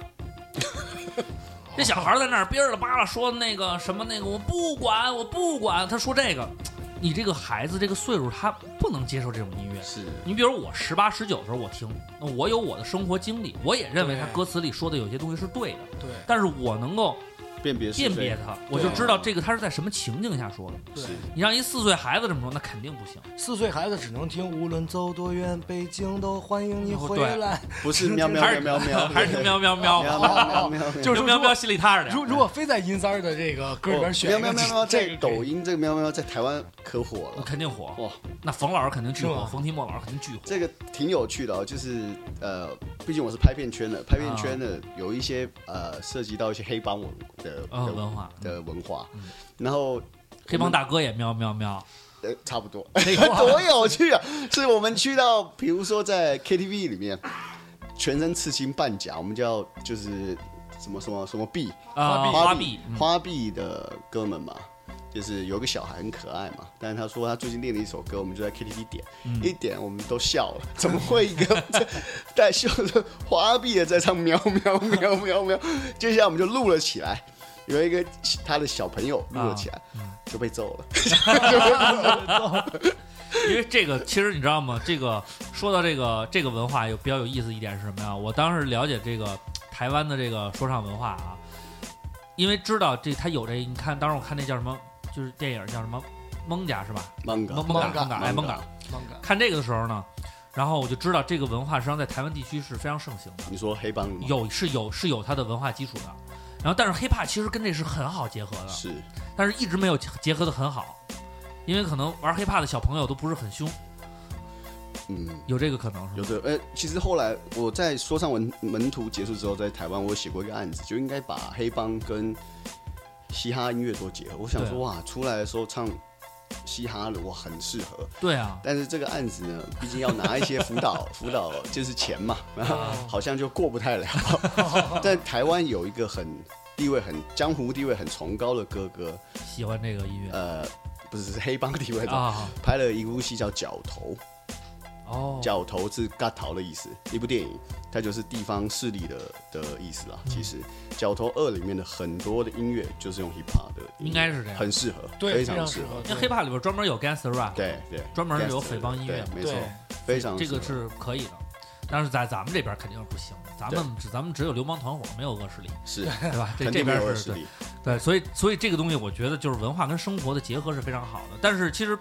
这小孩儿在那儿憋着了巴了说那个什么那个我不管我不管，他说这个，你这个孩子这个岁数他不能接受这种音乐，
是
你比如我十八十九的时候，我听，那我有我的生活经历，我也认为他
对
歌词里说的有些东西是对的，
对
但是我能够
辨别是
辨
非
别它，我就知道这个他是在什么情境下说的。
对。
你让一四岁孩子这么说，那肯定不行。
四岁孩子只能听，无论走多远，北京都欢迎你回来。
不是喵喵
还是
喵喵喵，
还是喵喵喵，
喵喵喵喵喵。
就
就是喵喵
如果
心里踏实点。
如如果非在银三儿的这个歌里边选
哦喵
一个
喵喵喵，
这
在
个
抖音这个喵喵喵在台湾可火了，
肯定火，
哇，
那冯老师肯定巨
是
火，
吗
冯提莫老师肯定巨火。
这个挺有趣的哦，就是呃，毕竟我是拍片圈的，拍片圈的有一些呃涉及到一些黑帮文的
啊
的
文化嗯
的文化，然后
黑帮大哥也喵喵喵，
呃差不多， 多有趣啊！是我们去到，比如说在 KTV 里面，全身刺青半甲，我们叫就是什么什么什么币
啊花臂嗯
花臂的哥们嘛。就是有个小孩很可爱嘛，但是他说他最近练了一首歌，我们就在 KTV 点，
嗯
一点我们都笑了， 怎么会一个在秀着花臂的在唱喵喵喵喵喵？接下来我们就录了起来，有一个他的小朋友录了
啊
起来，
嗯
就被揍了。
因为这个其实你知道吗？这个说到这个这个文化有比较有意思一点是什么呀？我当时了解这个台湾的这个说唱文化啊，因为知道这他有这，你看当时我看那叫什么，就是电影叫什么蒙甲是吧？
芒嘎
蒙蒙嘎蒙嘎哎蒙嘎，
棒感
看这个的时候呢，然后我就知道这个文化实际上在台湾地区是非常盛行的。
你说黑帮吗
有是有是有它的文化基础的。然后，但是 hiphop 其实跟这是很好结合的，
是
但是一直没有结合的很好，因为可能玩 hiphop 的小朋友都不是很凶，
嗯。
有这个可能是
有
吗？
的，呃，其实后来我在说唱文门徒结束之后，在台湾我写过一个案子，就应该把黑帮跟嘻哈音乐多结合。我想
对
说，哇，出来的时候唱嘻哈的，我很适合。
对啊，
但是这个案子呢，毕竟要拿一些辅导，辅导就是 钱嘛， 好像就过不太了。但台湾有一个很地位很江湖地位很崇高的哥哥，
喜欢这个音乐
呃，不是是黑帮地位的，
啊，
拍了一部戏叫《角头》。
哦，
角头是嘎头的意思，一部电影，它就是地方势力的的意思啊。
嗯
其实《角头二》里面的很多的音乐就是用 hip hop 的音乐，
应该是这样
很适合，
对
非
非
常
常
适
适
合
合。
因为 hiphop 里边专门有 gangster rap，
对对，
专门有
Gangster
匪帮音乐
对没
对
错，非常
这个
适
是
合
可以的。但是在咱们这边肯定是不行的，咱们只咱们只有流氓团伙，没有恶势 力，
是
对吧？这
肯
这
定没有
边
二
是
十
对
力，
对，所以所以这个东西，我觉得就是文化跟生活的结合是非常好的。但是其实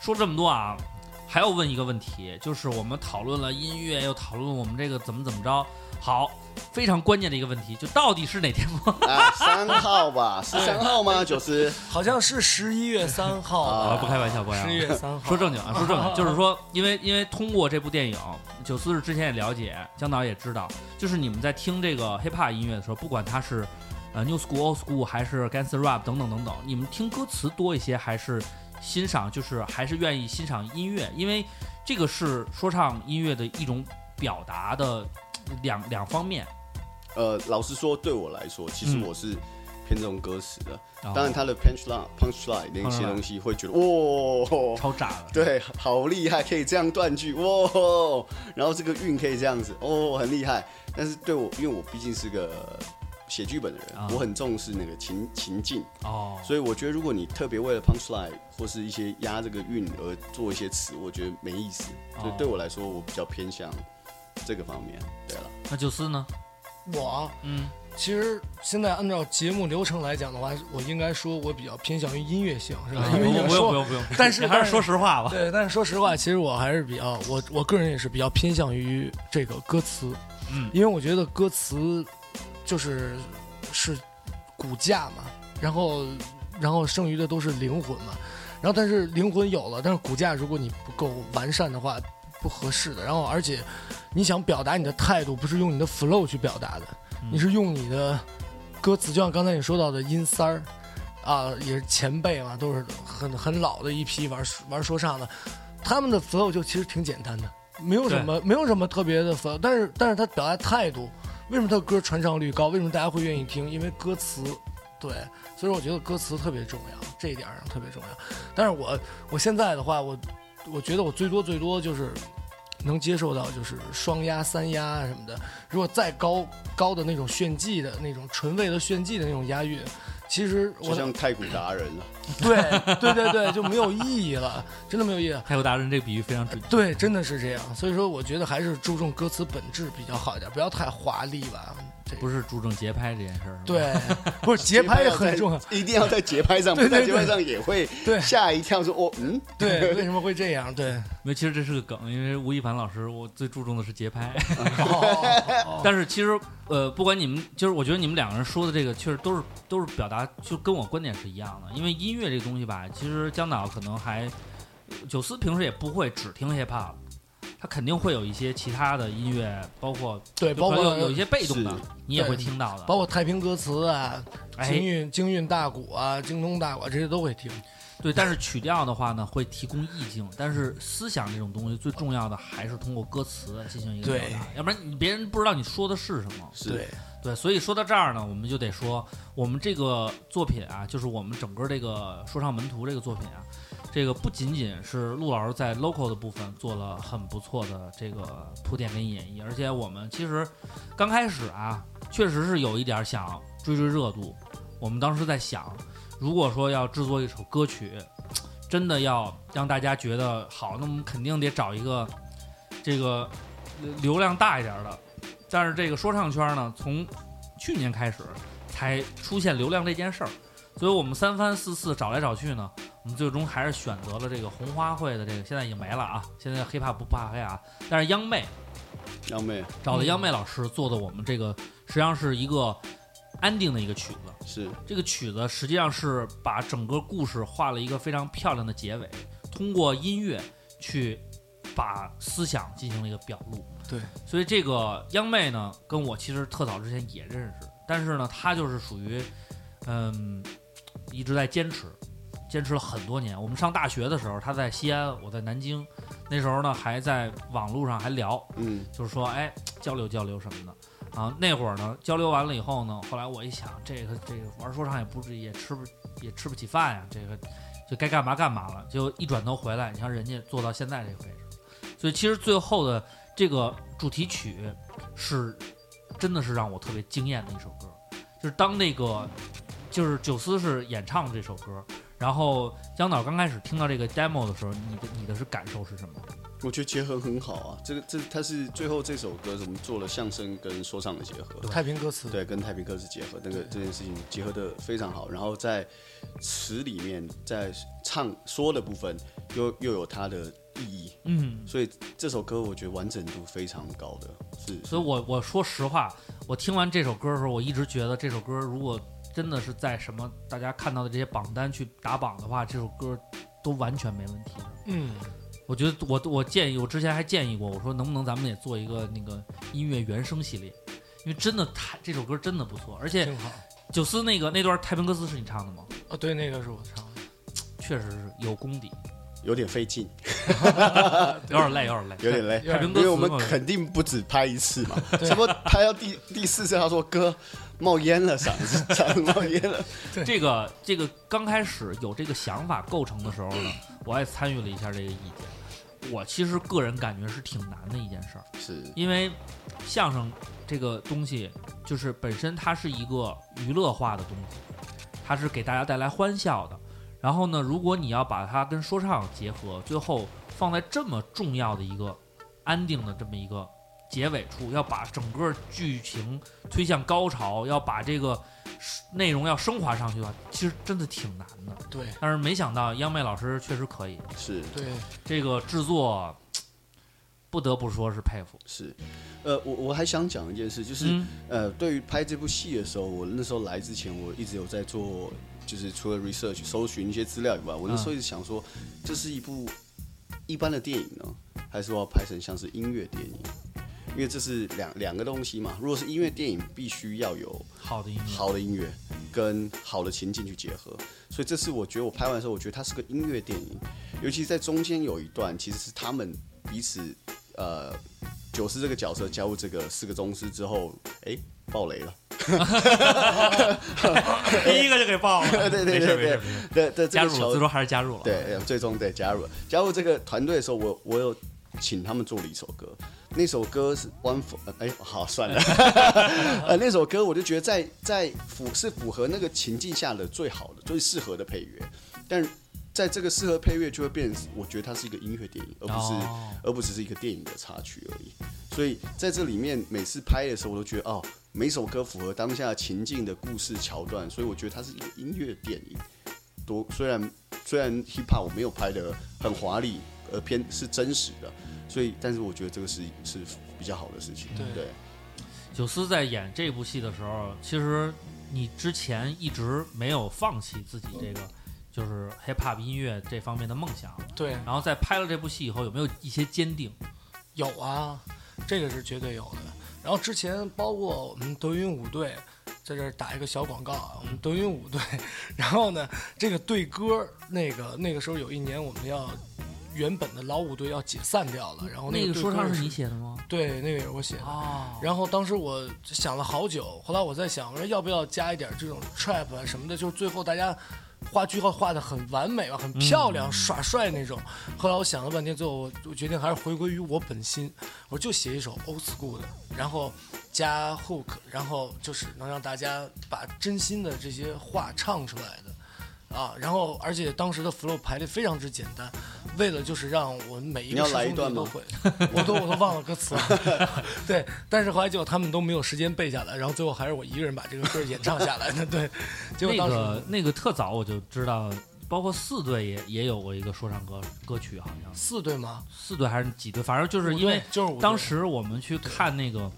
说这么多啊，还要问一个问题，就是我们讨论了音乐，又讨论我们这个怎么怎么着，好，非常关键的一个问题，就到底是哪天播？
啊，三号吧，是三号吗？九十
好像是十一月三
啊，
号，
不开玩笑，不开玩
十
笑
一。月三号。
说正经啊，说正经，就是说，因为因为通过这部电影，九四之前也了解，江导也知道，就是你们在听这个 hiphop 音乐的时候，不管它是呃 new school、old school 还是 gangster rap 等等等等，你们听歌词多一些，还是欣赏，就是还是愿意欣赏音乐，因为这个是说唱音乐的一种表达的两两方面。
呃，老实说，对我来说，其实
嗯
我是偏重歌词的。
哦
当然，他的 punch line、punch line 那
punchline
些东西会觉得哇，
超炸了，
对，好厉害，可以这样断句哇，然后这个韵可以这样子哦，很厉害。但是对我，因为我毕竟是个写剧本的人，
啊
我很重视那个情情境，
哦，
所以我觉得如果你特别为了 punch line 或是一些押这个韵而做一些词，我觉得没意思。所
哦
以对我来说，我比较偏向这个方面。对了，
那九四呢？
我啊
嗯，
其实现在按照节目流程来讲的话，我应该说我比较偏向于音乐性， 是吧？因
不
为已经
哎不用
说
不用不用，
嗯但是
你还
但
是
是
说实话吧。
对，但是说实话，其实我还是比较我我个人也是比较偏向于这个歌词，
嗯
因为我觉得歌词就是是骨架嘛，然后然后剩余的都是灵魂嘛，然后但是灵魂有了，但是骨架如果你不够完善的话不合适的，然后而且你想表达你的态度，不是用你的 flow 去表达的，
嗯
你是用你的歌词，就像刚才你说到的音三儿。啊，也是前辈嘛，都是很很老的一批玩玩说唱的，他们的 flow 就其实挺简单的，没有什么没有什么特别的 flow，但是但是他表达态度，为什么他的歌传唱率高？为什么大家会愿意听？因为歌词，对，所以我觉得歌词特别重要，这一点上特别重要。但是我我现在的话，我我觉得我最多最多就是能接受到就是双压、三压啊什么的。如果再高高的那种炫技的那种纯为了炫技的那种押韵，其实我
就像太古达人啊了。
对对对对就没有意义了，真的没有意义了。
泰国达人这个比喻非常准确。
对，真的是这样。所以说，我觉得还是注重歌词本质比较好一点，不要太华丽吧。这
不是注重节拍这件事儿，，
对，不是节拍也
要在
很重要。，
一定要在节 拍上，
对
不在
对
节拍上也会
对
吓一跳，说哦，嗯，
对，为什么会这样？对，
因为其实这是个梗，因为吴亦凡老师我最注重的是节拍，
哦，
但是其实呃，不管你们，就是我觉得你们两个人说的这个，确实都是都是表达，就跟我观点是一样的。因为音乐这个东西吧，其实江导可能还九四平时也不会只听 hip hop，他肯定会有一些其他的音乐，包括
对，
就
包
可能有有
括
一些被动的
是，
你也
对
会听到的。
包括太平歌词啊，
哎
京韵京韵大鼓啊，京东大鼓啊，这些都会听。
对，但是曲调的话呢，会提供意境，但是思想这种东西最重要的还是通过歌词进行一个表
对
达，要不然你别人不知道你说的是什么。
是
对，
对，所以说到这儿呢，我们就得说，我们这个作品啊，就是我们整个这个说唱门徒这个作品啊，这个不仅仅是陆老师在 local 的部分做了很不错的这个铺垫跟演绎，而且我们其实刚开始啊，确实是有一点想追追热度。我们当时在想，如果说要制作一首歌曲，真的要让大家觉得好，那我们肯定得找一个这个流量大一点的。但是这个说唱圈呢，从去年开始才出现流量这件事儿，所以我们三番四次找来找去呢，我们最终还是选择了这个红花会的这个，现在已经没了啊，现在黑怕不怕黑啊，但是央妹
幺妹
找了央妹老师做的我们这个，实际上是一个安定的一个曲子。
是
这个曲子实际上是把整个故事画了一个非常漂亮的结尾，通过音乐去把思想进行了一个表露。
对，
所以这个央妹呢，跟我其实特早之前也认识，但是呢，她就是属于，嗯，一直在坚持，坚持了很多年。我们上大学的时候，她在西安，我在南京，那时候呢还在网络上还聊，
嗯，
就是说，哎，交流交流什么的啊。那会儿呢，交流完了以后呢，后来我一想，这个这个玩说唱也不是也吃不也吃不起饭呀，这个就该干嘛干嘛了。就一转头回来，你看人家做到现在这个位置，所以其实最后的这个主题曲是真的是让我特别惊艳的一首歌，就是当那个就是九思是演唱这首歌。然后江导刚开始听到这个 demo 的时候，你的你的是感受是什么？
我觉得结合很好啊。这个这它是最后这首歌我们做了相声跟说唱的结合，
太平歌词，
对，跟太平歌是结合，那个这件事情结合的非常好。然后在词里面，在唱说的部分又又有它的意义，
嗯，
所以这首歌我觉得完整度非常高的，是
所以我我说实话，我听完这首歌的时候，我一直觉得这首歌如果真的是在什么大家看到的这些榜单去打榜的话，这首歌都完全没问题。
嗯，
我觉得我我建议，我之前还建议过，我说能不能咱们也做一个那个音乐原声系列，因为真的太这首歌真的不错，而且
挺好。
九思那个那段太平歌词是你唱的吗？
哦，对，那个是我唱的。
确实是有功底，
有点费劲，
有点累，有点累，
啊有点累，
太平
因
歌
为
词
我们
嘛
肯定不止拍一次 嘛。
对
什么拍到第第四次，他说哥冒烟了，嗓子嗓子冒烟 了。
这个这个刚开始有这个想法构成的时候呢，我也参与了一下这个意见。我其实个人感觉是挺难的一件事儿，
是
因为相声这个东西就是本身它是一个娱乐化的东西，它是给大家带来欢笑的。然后呢，如果你要把它跟说唱结合，最后放在这么重要的一个安定的这么一个结尾处，要把整个剧情推向高潮，要把这个内容要升华上去的话，其实真的挺难的。
对
但是没想到央妹老师确实可以，
是
对，
这个制作不得不说是佩服。
是，呃，我我还想讲一件事，就是、
嗯
呃，对于拍这部戏的时候，我那时候来之前，我一直有在做，就是除了 research 搜寻一些资料以外，
嗯
我那时候一直想说，这是一部一般的电影呢，还是我要拍成像是音乐电影？因为这是两两个东西嘛。如果是音乐电影，必须要有
好的音乐，
好的音乐跟好的情境去结合，所以这次我觉得我拍完的时候，我觉得它是个音乐电影，尤其在中间有一段，其实是他们彼此，呃，九四这个角色加入这个四个宗师之后，哎，爆雷了，
第一个就给爆了。
对对对
没事没事
对对
没事，
对对，
加
这个
入了，
桥
最终还是加入了。，
对，呃最终对加入了加入这个团队的时候，我我有请他们做了一首歌，那首歌是 One for，呃哎，好算了， 呃，那首歌我就觉得在在符是符合那个情境下的最好的、最适合的配乐，但在这个适合配乐就会变成，我觉得它是一个音乐电影，而不是、
哦
而不只是一个电影的插曲而已。所以在这里面，每次拍的时候，我都觉得哦，每首歌符合当下情境的故事桥段，所以我觉得它是一个音乐电影。多虽然虽然 hip hop 我没有拍的很华丽，呃偏是真实的，所以但是我觉得这个是是比较好的事情。
对
对
九思在演这部戏的时候，其实你之前一直没有放弃自己这个就是 hip hop 音乐这方面的梦想。
对，
然后在拍了这部戏以后，有没有一些坚定？
有啊，这个是绝对有的。然后之前包括我们德云舞队，在这儿打一个小广告啊，我们德云舞队。 然后呢，这个队歌，那个那个时候有一年我们要原本的老舞队要解散掉了，然后
那
哦个
个
队
说
歌
唱
也
是你写的吗？
对，那个也是我写的。
哦，
然后当时我想了好久，后来我在想，我说要不要加一点这种 trap 啊什么的，就是最后大家画句号画的很完美吧，很漂亮、耍帅那种。后来我想了半天，最后我我决定还是回归于我本心，我就写一首 old school 的，然后加 hook，然后就是能让大家把真心的这些话唱出来的。啊，然后而且当时的 flow 排列非常之简单，为了就是让我们每一
你
个
要
师
来一
兄弟
段
都
吗
会， 我都我都忘了歌词了。 对，但是后来结果他们都没有时间背下来，然后最后还是我一个人把这个歌演唱下来的。 对，结果
那
当时、
个那个特早我就知道，包括四队也也有过一个说唱歌歌曲，好像
四对吗？
四队还是几队，反正就是
五
因为
对就是五对
当时我们去看那个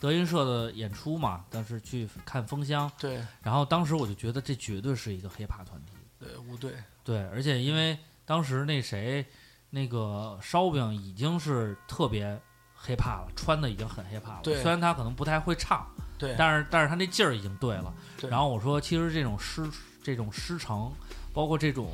德云社的演出嘛，当时去看风箱，
对
然后当时我就觉得这绝对是一个 hiphop 团体，
对呃五对
对，而且因为当时那谁那个烧饼已经是特别 hiphop 了，穿的已经很 hiphop 了，
对
虽然他可能不太会唱，
对，
但是但是他那劲儿已经对了。
对
然后我说，其实这种师这种师承，包括这种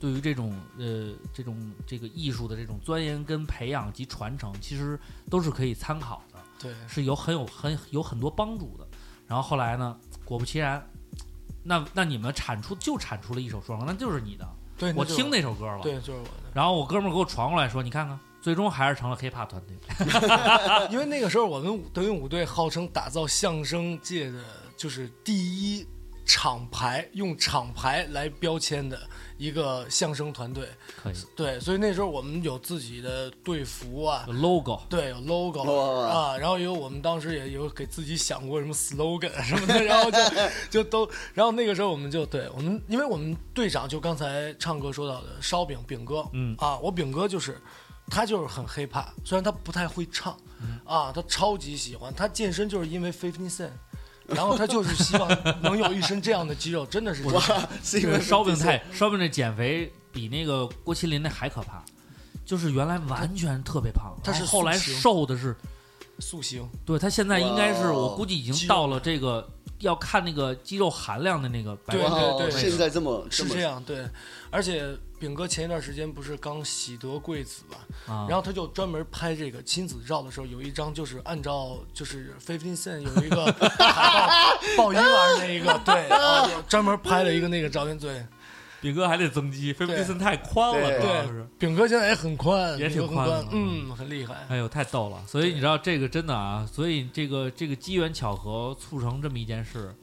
对于这种呃这种这个艺术的这种钻研跟培养及传承，其实都是可以参考的。
对
是有很有很有很多帮助的。然后后来呢，果不其然，那那你们产出就产出了一首说唱，那就是你的，
对，
我
就是
听那首歌了。
对就是我的，
然后我哥们儿给我传过来说，你看看，最终还是成了 hiphop 团队。啊
因为那个时候我们德云舞队号称打造相声界的就是第一厂牌，用厂牌来标签的一个相声团队。
可以
对，所以那时候我们有自己的队服啊，
有，logo
对，有 logo
哇
啊，然后有我们当时也有给自己想过什么 slogan 什么的，然 后就就都，然后那个时候我们就对我们，因为我们队长就刚才唱歌说到的烧饼饼哥，
嗯
啊，我饼哥就是他就是很 hiphop，虽然他不太会唱，啊，他超级喜欢，他健身就是因为 Fifty Cent。然后他就是希望能有一身这样的肌肉，真的 是这样
哇，是因为
烧饼太烧饼这减肥比那个郭麒麟那还可怕，就是原来完全特别胖，
他是
然后后来
塑形
瘦的是，
塑形。
对他现在应该是
哇
我估计已
哦肌
经
肉
到了这个要看那个肌肉含量的那个百分之
对
哇
对对
现在这么
是
么
这样，对。而且饼哥前一段时间不是刚喜得贵子吧？
啊，
然后他就专门拍这个亲子照的时候，有一张就是按照就是 Fifteen Cent 有一个海 报鲍伊玩那一个，对，啊，有专门拍了一个那个照片，
啊
对
饼哥还得增肌，菲比
对
森太宽了，
对
主要
对
是。。
饼哥现在也很宽，
也挺
饼哥
宽
很
的
宽，嗯，很厉害。
哎呦，太逗了！所以你知道这个真的啊，所以这个这个机缘巧合促成这么一件事，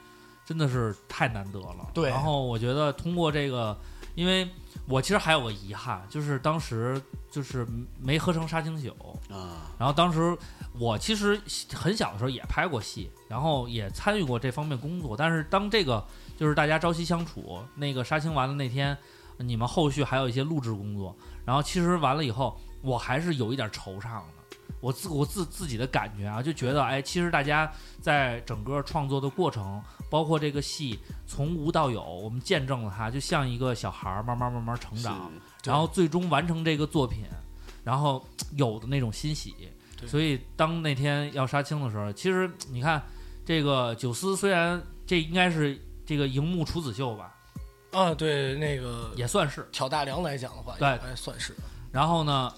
真的是太难得了。
对
然后我觉得通过这个，因为我其实还有个遗憾，就是当时就是没喝成杀青酒。
啊，
然后当时我其实很小的时候也拍过戏，然后也参与过这方面工作。但是当这个就是大家朝夕相处，那个杀青完了那天，你们后续还有一些录制工作，然后其实完了以后，我还是有一点惆怅的。我自我自自己的感觉啊，就觉得哎，其实大家在整个创作的过程，包括这个戏从无到有，我们见证了它，就像一个小孩儿慢慢慢慢成
是
长，然后最终完成这个作品，然后有的那种欣喜。
对
所以当那天要杀青的时候，其实你看，这个九思虽然这应该是这个荧幕处子秀吧，
啊，对，那个
也算是。
挑大梁来讲的话，
对
哎，算是，
然后呢，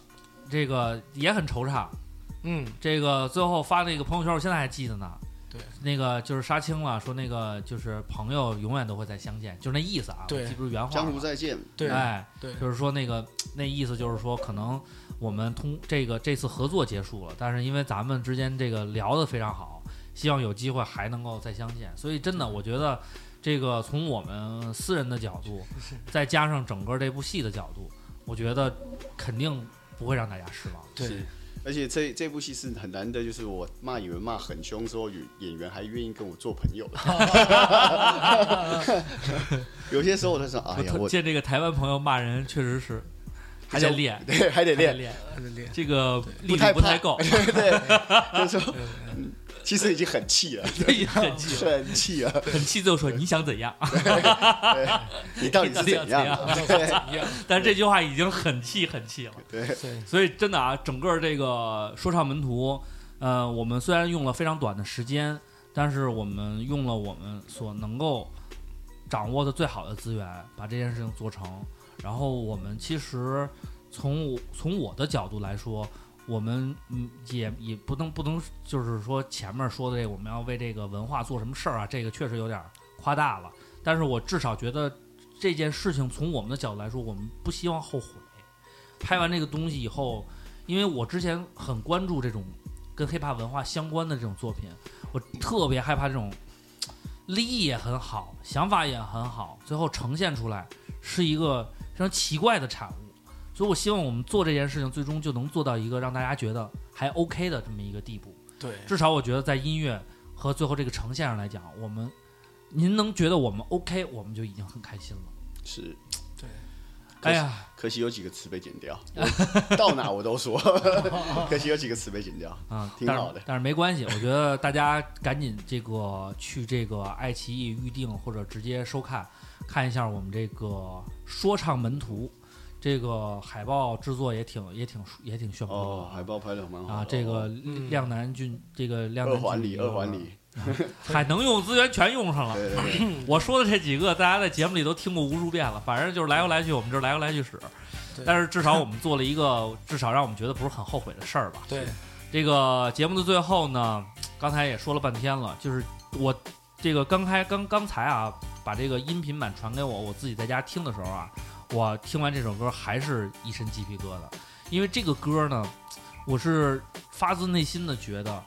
这个也很惆怅。
嗯，
这个最后发那个朋友圈，我现在还记得呢。
对，
那个就是杀青了，说那个就是朋友永远都会再相见，就是那意思啊。
对
我记不住原话
江湖
了
再见，
对
哎，
对
就是说那个那意思就是说，可能我们通这个这次合作结束了，但是因为咱们之间这个聊得非常好，希望有机会还能够再相见。所以真的，我觉得这个从我们私人的角度，再加上整个这部戏的角度，我觉得肯定不会让大家失望。
对，
而且这这部戏是很难的，就是我骂演员骂很凶之后，演演员还愿意跟我做朋友。 有些时候我在想，哎呀，
我
我
见这个台湾朋友骂人，确实是还得
想
练，
对，还
还
得
得
练，
练，
他的脸
这个力
不
度
太，
不太够
对 对，就是说，嗯其实已经很气了，
很气，
很气啊了，
很气就说你想怎样。
你到底是怎样？啊对
但是这句话已经很气很气了。
对，
对，
所以真的啊，整个这个说唱门徒，呃，我们虽然用了非常短的时间，但是我们用了我们所能够掌握的最好的资源，把这件事情做成。然后我们其实从我从我的角度来说，我们嗯也也不能不能就是说前面说的这个我们要为这个文化做什么事儿啊，这个确实有点儿夸大了。但是我至少觉得这件事情从我们的角度来说，我们不希望后悔。拍完这个东西以后，因为我之前很关注这种跟 hiphop 文化相关的这种作品，我特别害怕这种立意也很好，想法也很好，最后呈现出来是一个非常奇怪的产物。所以我希望我们做这件事情，最终就能做到一个让大家觉得还 OK 的这么一个地步。
对，
至少我觉得在音乐和最后这个呈现上来讲，我们您能觉得我们 OK，我们就已经很开心了。
是。可
哎
惜
呀，
可惜有几个词被剪 掉，我到哪我都说。可惜有几个词被剪掉，
啊，
嗯挺
但是
好的
但是没关系，我觉得大家赶紧这个去这个爱奇艺预定或者直接收看，看一下我们这个说唱门徒，这个海报制作也挺也挺也挺炫酷的、
哦，海报拍的蛮好的哦
啊，这个
嗯
亮南俊，这个亮南
二
俊
环里，
一个
二环里，
还能用资源全用上了。
对对对，
我说的这几个，大家在节目里都听过无数遍了，反正就是来回来去，我们这儿来回来去使。
对
但是至少我们做了一个，至少让我们觉得不是很后悔的事儿吧。
对，
这个节目的最后呢，刚才也说了半天了，就是我这个刚开刚刚才啊，把这个音频版传给我，我自己在家听的时候啊，我听完这首歌还是一身鸡皮疙瘩，因为这个歌呢，我是发自内心的觉得，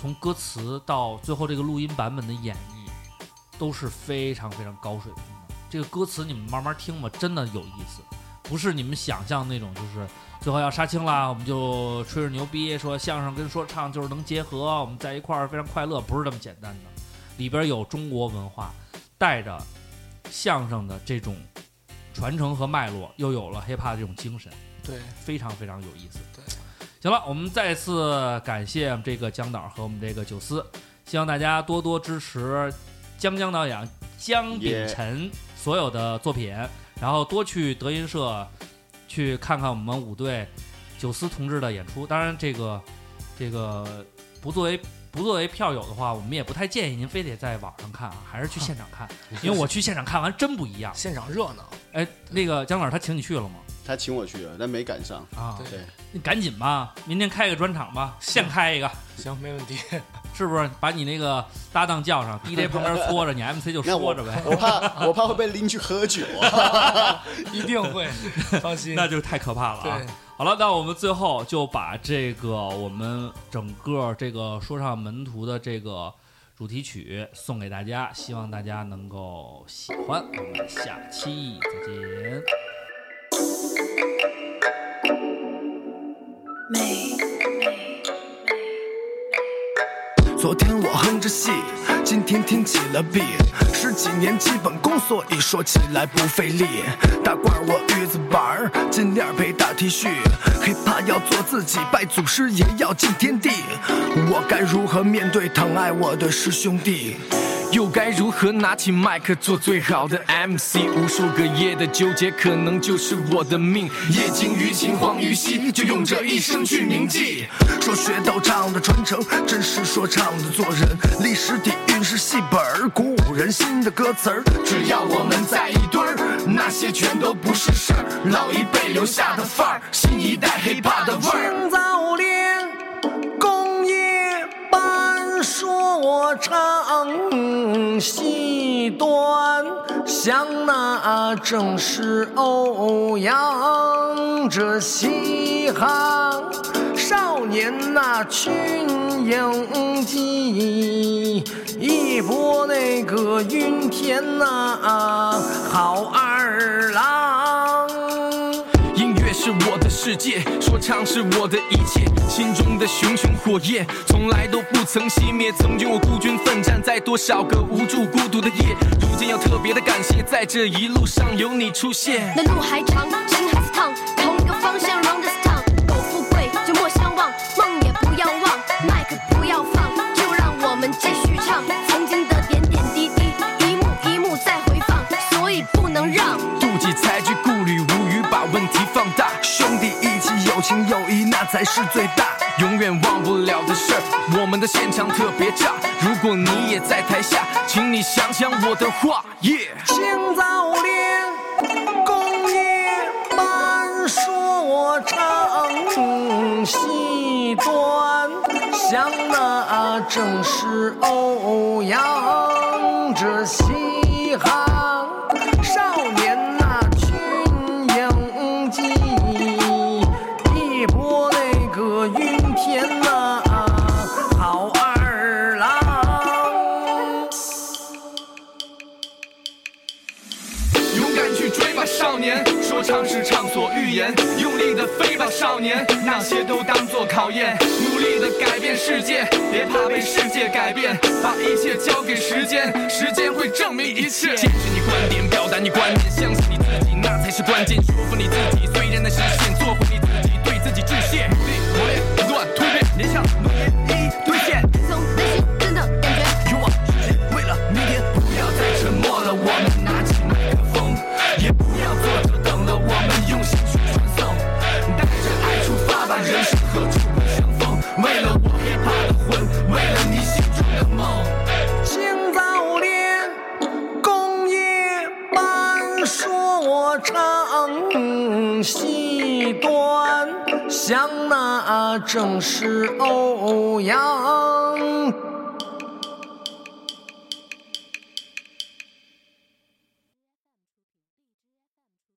从歌词到最后这个录音版本的演绎，都是非常非常高水平的。这个歌词你们慢慢听吧，真的有意思，不是你们想象那种就是最后要杀青啦，我们就吹着牛逼说相声跟说唱就是能结合，我们在一块儿非常快乐，不是这么简单的。里边有中国文化，带着相声的这种传承和脉络，又有了 hiphop 这种精神，
对，
非常非常有意思。
对，
行了，我们再次感谢这个江导和我们这个九思，希望大家多多支持江江导演江秉辰所有的作品，然后多去德云社去看看我们舞队九思同志的演出。当然，这个这个不作为。不作为票友的话，我们也不太建议您非得在网上看啊，还是去现场 看，因为我去现场看完真不一样。
现场热闹，
哎，那个姜老师他请你去了吗？
他请我去了，但没赶上。
啊，
对
对，
你赶紧吧，明天开个专场吧，现开一个，
行，没问题。
是不是？把你那个搭档叫 上，DJ 旁边搓着，你 MC 就
那我
说着 呗，
我怕我怕会被拎去喝酒啊。
一定 会，放心。
那就太可怕了啊
对！
好了，那我们最后就把这个我们整个这个说唱门徒的这个主题曲送给大家，希望大家能够喜欢。我们下期再见。
昨天我哼着戏，今天听起了 B，十几年基本功，所以说起来不费力。大褂我玉子板儿，金链儿配大 T 恤，hiphop 要做自己，拜祖师爷要敬天地。我该如何面对疼爱我的师兄弟？又该如何拿起麦克做最好的 MC？无数个夜的纠结，可能就是我的命。夜惊于情，荒于嬉，就用这一生去铭记。说学逗唱的传承，真实说唱的做人，历史底蕴是戏本儿，鼓舞人心的歌词儿。只要我们在一堆儿，那些全都不是事儿。老一辈留下的范儿，新一代 hiphop 的味儿。
清早练工业班说唱戏端，想那正是欧阳这西行少年那群英记，一波那个云天呐、好二郎。
音乐是我的世界，说唱是我的一切，心中的熊熊火焰从来都不曾熄灭。曾经我孤军奋战在多少个无助孤独的夜，如今要特别的感谢，在这一路上有你出现。
那路还长，人还是烫，同一个方向 round this town。苟富贵就莫相忘，梦也不要忘，麦克不要放，就让我们继续唱曾经的点点滴滴，一幕一幕在回放，所以不能让。
妒忌、猜忌、顾虑、无语，把问题放大。兄弟一起，友情友谊那才是最大。永远忘不了的事儿，我们的现场特别炸。如果你也在台下，请你想想我的话，耶、
清早练工业班说唱戏端，想那正是欧阳这西行少年那群英记，一波那个云天呐、好二郎。
勇敢去追吧，少年！说唱是畅所欲言，用力的飞吧，少年！那些都当作考验，努力的改变世界，别怕被世界改变，把一切交给时间，时间会证明一切。坚持你观点，表达你观点，相信你自己，那才是关键。说服你自己，虽然难实现，做回你自己，对自己致谢。努力、磨练、不断蜕变，年少努力一兑现。
从内心真的感觉。
勇往直前，为了明天，不要再沉默了，我们拿起麦克风，也不要坐着等了，我们用心去传送，带着爱出发吧，人生何处不相逢？为了我 hiphop 的魂，为了你心中的梦。
清早练工业班说唱戏端，想那正是欧阳